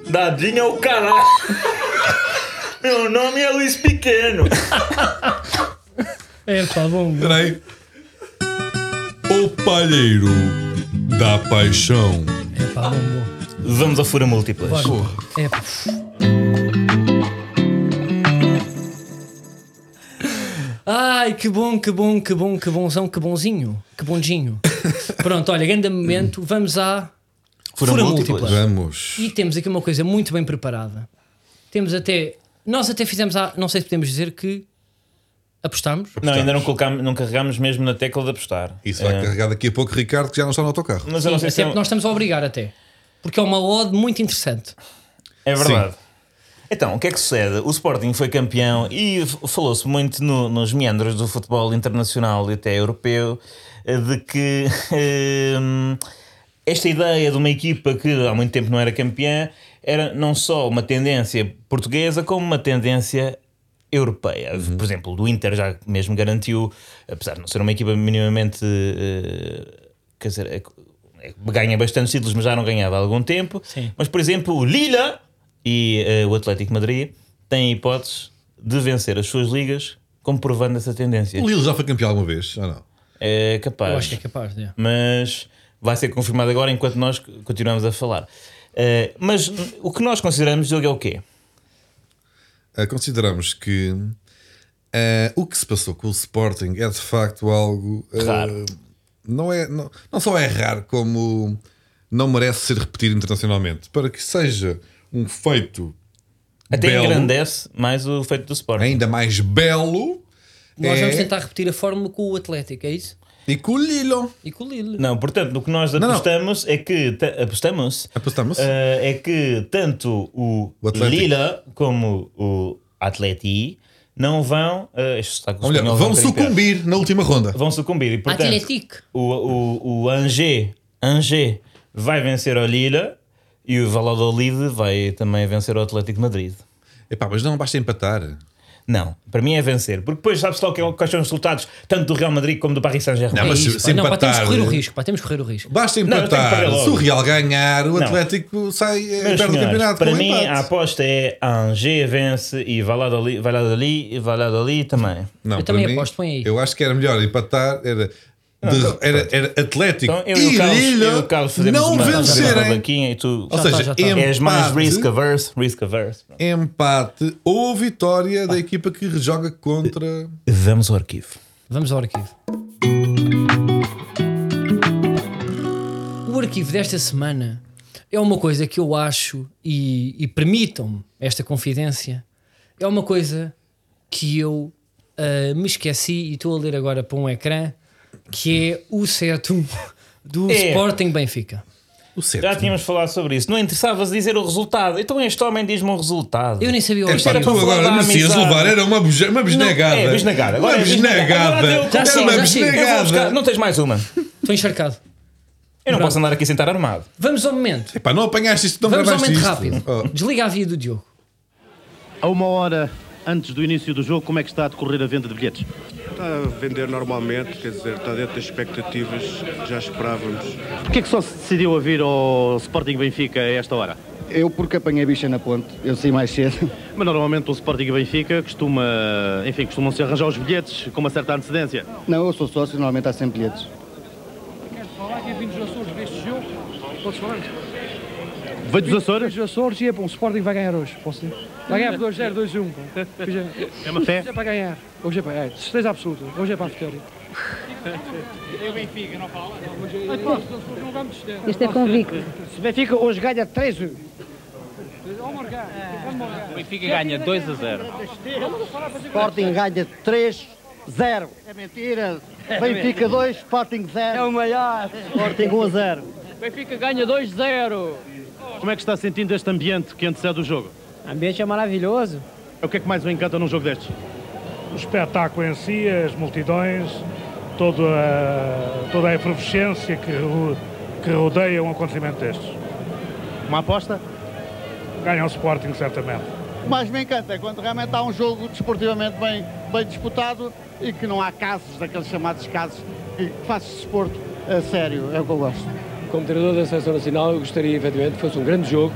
Speaker 3: Dadinho é o caralho. Meu nome é Luiz Pequeno.
Speaker 2: É, tá bom.
Speaker 1: Peraí. O Palheiro da Paixão.
Speaker 2: É, pá, bom, bom.
Speaker 3: Vamos a fura múltiplas.
Speaker 2: É, pá. Ai, que bom, que bom, que bom, que bonzão, que bonzinho, que bondinho. Pronto, olha, grande momento, vamos à
Speaker 4: Fura
Speaker 2: fura
Speaker 4: múltiplas.
Speaker 2: múltiplas.
Speaker 1: Vamos.
Speaker 2: E temos aqui uma coisa muito bem preparada. Temos até. Nós até fizemos. A, não sei se podemos dizer que apostámos.
Speaker 3: Não, ainda não, colocámos, não carregámos mesmo na tecla de apostar.
Speaker 1: Isso vai
Speaker 3: É.
Speaker 1: carregar daqui a pouco, Ricardo, que já não está no autocarro.
Speaker 3: Mas eu não
Speaker 2: Sim,
Speaker 3: sei se
Speaker 2: até
Speaker 3: é,
Speaker 2: porque nós estamos a obrigar até. Porque é uma ode muito interessante.
Speaker 3: é verdade. Então, o que é que sucede? O Sporting foi campeão e f- falou-se muito no- nos meandros do futebol internacional e até europeu eh, de que <laughs> hum, esta ideia de uma equipa que há muito tempo não era campeã era não só uma tendência portuguesa como uma tendência europeia.
Speaker 2: Uhum.
Speaker 3: Por exemplo, do Inter já mesmo garantiu, apesar de não ser uma equipa minimamente. eh, quer dizer, é que- é que ganha bastantes títulos, mas já não ganhava há algum tempo.
Speaker 2: Sim.
Speaker 3: Mas, por exemplo, o Lila e eh, o Atlético de Madrid têm hipóteses de vencer as suas ligas, comprovando essa tendência.
Speaker 1: O Lilo já foi campeão alguma vez, ou não?
Speaker 3: É
Speaker 2: Eu
Speaker 3: capaz
Speaker 2: acho que é capaz, né?
Speaker 3: mas vai ser confirmado agora enquanto nós continuamos a falar. Eh, mas n- o que nós consideramos jogo é o quê?
Speaker 1: Ah, consideramos que ah, o que se passou com o Sporting é de facto algo ah,
Speaker 3: Raro.
Speaker 1: não é não, não só é raro como não merece ser repetido internacionalmente para que seja um feito
Speaker 3: Até
Speaker 1: belo,
Speaker 3: engrandece mais o feito do Sporting.
Speaker 1: ainda mais belo
Speaker 2: Nós
Speaker 1: é,
Speaker 2: vamos tentar repetir a fórmula com o Atlético, é isso?
Speaker 1: e com o Lilo
Speaker 2: E com o Lille.
Speaker 3: Não, portanto, o que nós
Speaker 1: não.
Speaker 3: apostamos é que ta- apostamos
Speaker 1: apostamos
Speaker 3: Eh, é que tanto o,
Speaker 1: O Atlético.
Speaker 3: Lila como o Atleti não vão, eh, este sotaque
Speaker 1: Olha,
Speaker 3: espanhol
Speaker 1: vão
Speaker 3: vai ficar em pé.
Speaker 1: sucumbir na última ronda
Speaker 3: Vão sucumbir. E, portanto,
Speaker 2: Atlético.
Speaker 3: O, o, o Angers, Angers vai vencer o Lila e o Valladolid vai também vencer o Atlético de Madrid.
Speaker 1: Epá, mas não basta empatar
Speaker 3: Não, para mim é vencer, porque depois sabes lá o que é- quais são os resultados tanto do Real Madrid como do Paris Saint-Germain.
Speaker 1: Não, mas
Speaker 2: é
Speaker 1: se-
Speaker 2: isso,
Speaker 1: se
Speaker 2: pá. não, pá, temos que
Speaker 1: empatar-
Speaker 2: correr
Speaker 3: eh,
Speaker 2: o risco, pá, temos que correr o risco.
Speaker 1: basta
Speaker 3: Não, eu tenho que
Speaker 1: empatar
Speaker 3: perder logo.
Speaker 1: se o Real ganhar o
Speaker 3: Não.
Speaker 1: Atlético sai eh,
Speaker 3: Meus
Speaker 1: perde o
Speaker 3: senhores,
Speaker 1: campeonato
Speaker 3: para
Speaker 1: com um
Speaker 3: mim a
Speaker 1: empate.
Speaker 3: aposta é Angers vence e Valladolid, Valladolid, Valladolid também.
Speaker 1: Não,
Speaker 2: Eu
Speaker 1: para
Speaker 2: também
Speaker 1: mim,
Speaker 2: aposto, põe aí.
Speaker 1: Eu acho que era melhor empatar, era, de- era, era Atlético
Speaker 3: Então eu
Speaker 1: e
Speaker 3: e o Carlos,
Speaker 1: Lille
Speaker 3: eu e o Carlos fazemos
Speaker 1: não
Speaker 3: uma uma
Speaker 1: vencerem.
Speaker 3: vaquinha e tu
Speaker 1: Ou
Speaker 2: Já
Speaker 1: seja,
Speaker 2: tá, já tá.
Speaker 1: empate,
Speaker 3: és mais risk averse, risk averse.
Speaker 1: empate ou vitória da equipa que joga contra.
Speaker 3: Vamos ao arquivo.
Speaker 2: Vamos ao arquivo. O arquivo desta semana é uma coisa que eu acho, e, e permitam-me esta confidência, é uma coisa que eu ah, me esqueci e estou a ler agora para um ecrã, que é o certo do
Speaker 3: É.
Speaker 2: Sporting Benfica.
Speaker 1: O
Speaker 3: Já
Speaker 1: certo.
Speaker 3: tínhamos falado sobre isso. Não interessavas dizer o resultado. Então este homem diz-me o resultado.
Speaker 2: Eu nem sabia o
Speaker 1: É, pá,
Speaker 2: arquivo.
Speaker 1: tu
Speaker 3: para falar
Speaker 1: agora
Speaker 3: da
Speaker 1: merecias
Speaker 3: amizade.
Speaker 1: levar, era uma, buge- uma bisnagada.
Speaker 3: é, bisnagada. Agora
Speaker 1: uma
Speaker 3: é bisnagada.
Speaker 1: bisnagada.
Speaker 3: Agora deu-
Speaker 1: Era
Speaker 2: Já
Speaker 1: uma
Speaker 2: chega, já chega.
Speaker 3: Eu vou buscar-
Speaker 1: bisnagada.
Speaker 3: Não tens mais uma.
Speaker 2: Estou encharcado.
Speaker 3: Eu não posso andar aqui sentar armado.
Speaker 2: Vamos ao momento.
Speaker 1: Epá, não apanhaste isto, não
Speaker 2: Vamos ao
Speaker 1: gravaste
Speaker 2: momento
Speaker 1: isto.
Speaker 2: rápido.
Speaker 1: Oh,
Speaker 2: Desliga a via do Diogo.
Speaker 5: A uma hora antes do início do jogo, como é que está a decorrer a venda de bilhetes?
Speaker 6: Está a vender normalmente, quer dizer, está dentro das expectativas que já esperávamos.
Speaker 5: Porquê é que só se decidiu a vir ao Sporting Benfica a esta hora?
Speaker 7: Eu, porque apanhei bicha na ponte, eu saí mais cedo. <laughs>
Speaker 5: Mas normalmente o Sporting e o Benfica costuma, enfim, costumam-se arranjar os bilhetes com uma certa antecedência.
Speaker 7: Não, eu sou sócio, normalmente há sempre bilhetes.
Speaker 8: Queres falar que é vindo dos Açores neste jogo? Podes falar?
Speaker 5: Veio dos
Speaker 8: Vim
Speaker 5: Açores?
Speaker 8: dos Açores e é bom, o Sporting vai ganhar hoje. Posso dizer? Vai ganhar por 2-0, 2-1. pá. Hoje é-
Speaker 5: É uma fé.
Speaker 8: hoje é para ganhar. Hoje é para ganhar. Certeza absoluta. Hoje é para a vitória. Eu Benfica, não fala? Não vamos descer.
Speaker 9: Este é convicto.
Speaker 8: Se Benfica hoje ganha 3-1.
Speaker 10: Benfica ganha 2 a 0.
Speaker 7: Sporting ganha 3-0. É mentira. Benfica 2, Sporting 0. É o maior. Sporting 1 a 0.
Speaker 10: Benfica ganha 2 a 0.
Speaker 5: Como é que está sentindo este ambiente que antecede o jogo?
Speaker 8: O ambiente é maravilhoso.
Speaker 5: O que é que mais o encanta num jogo destes?
Speaker 8: O espetáculo em si, as multidões, toda a, toda a efervescência que, que rodeia um acontecimento destes.
Speaker 5: Uma aposta?
Speaker 8: Ganha o Sporting, certamente.
Speaker 7: O que mais me encanta é quando realmente há um jogo desportivamente bem, bem disputado e que não há casos, daqueles chamados casos, que fazes desporto a sério. É o que eu gosto.
Speaker 8: Como treinador da Seleção Nacional, eu gostaria efetivamente que fosse um grande jogo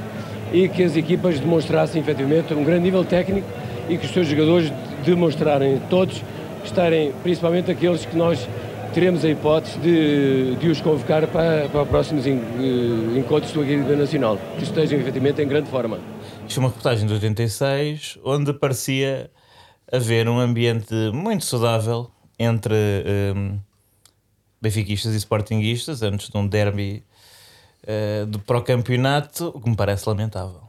Speaker 8: e que as equipas demonstrassem efetivamente um grande nível técnico e que os seus jogadores demonstrarem todos, estarem principalmente aqueles que nós teremos a hipótese de, de os convocar para, para próximos en- eh, encontros do equipe nacional, que estejam efetivamente em grande forma.
Speaker 3: Isto é uma reportagem de 86 onde parecia haver um ambiente muito saudável entre hum, benfiquistas e sportinguistas antes de um derby eh, de pró-campeonato, o que me parece lamentável.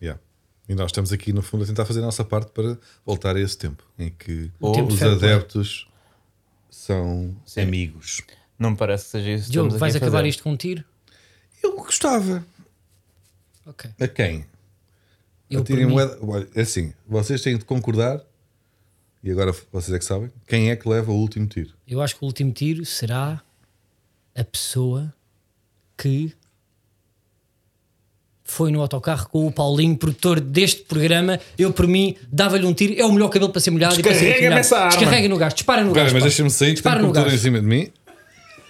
Speaker 1: Yeah. E nós estamos aqui, no fundo, a tentar fazer a nossa parte para voltar a esse tempo em que
Speaker 2: tempo
Speaker 1: os
Speaker 2: fair play.
Speaker 1: adeptos são amigos.
Speaker 3: Não me parece que seja isso. que
Speaker 2: Diogo,
Speaker 3: estamos
Speaker 2: vais
Speaker 3: aqui a
Speaker 2: acabar
Speaker 3: fazer.
Speaker 2: isto com um tiro?
Speaker 1: Eu gostava.
Speaker 2: Ok.
Speaker 1: A quem?
Speaker 2: Eu, por
Speaker 1: Atirem
Speaker 2: mim,
Speaker 1: moeda. Olha, É assim, vocês têm de concordar, e agora vocês é que sabem, quem é que leva o último tiro.
Speaker 2: eu acho que o último tiro será a pessoa que foi no autocarro com o Paulinho, produtor deste programa. Eu, por mim, dava-lhe um tiro. É o melhor cabelo para ser molhado. e para ser
Speaker 3: Descarrega-me
Speaker 2: atirado.
Speaker 3: essa arma.
Speaker 2: Descarrega no gajo. Dispara no
Speaker 1: Cara,
Speaker 2: gajo.
Speaker 1: mas
Speaker 2: pá.
Speaker 1: deixa-me sair, que tem
Speaker 2: Dispara
Speaker 1: um
Speaker 2: no
Speaker 1: computador em
Speaker 2: gajo.
Speaker 1: cima de mim.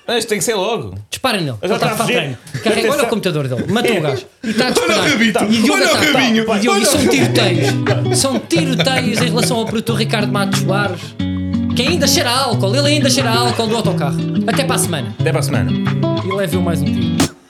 Speaker 3: Mas isto tem que ser logo.
Speaker 2: Dispara nele. Ele
Speaker 3: já
Speaker 2: está
Speaker 3: está
Speaker 2: a fazer
Speaker 3: a
Speaker 2: treino.
Speaker 3: fugir.
Speaker 2: Carrega. Olha o computador dele. Mata o gajo. E está a disparar.
Speaker 1: É. Olha o rabito.
Speaker 2: E Diogo
Speaker 1: Olha o
Speaker 2: ataca.
Speaker 1: rabinho.
Speaker 2: E Diogo,
Speaker 1: Olha
Speaker 2: e são
Speaker 1: o
Speaker 2: tiroteios. São tiroteios em relação ao produtor Ricardo Matos Soares. Que ainda cheira a álcool. Ele ainda cheira a álcool do autocarro. Até para a semana.
Speaker 3: Até para a semana.
Speaker 2: E leve eu mais um tiro.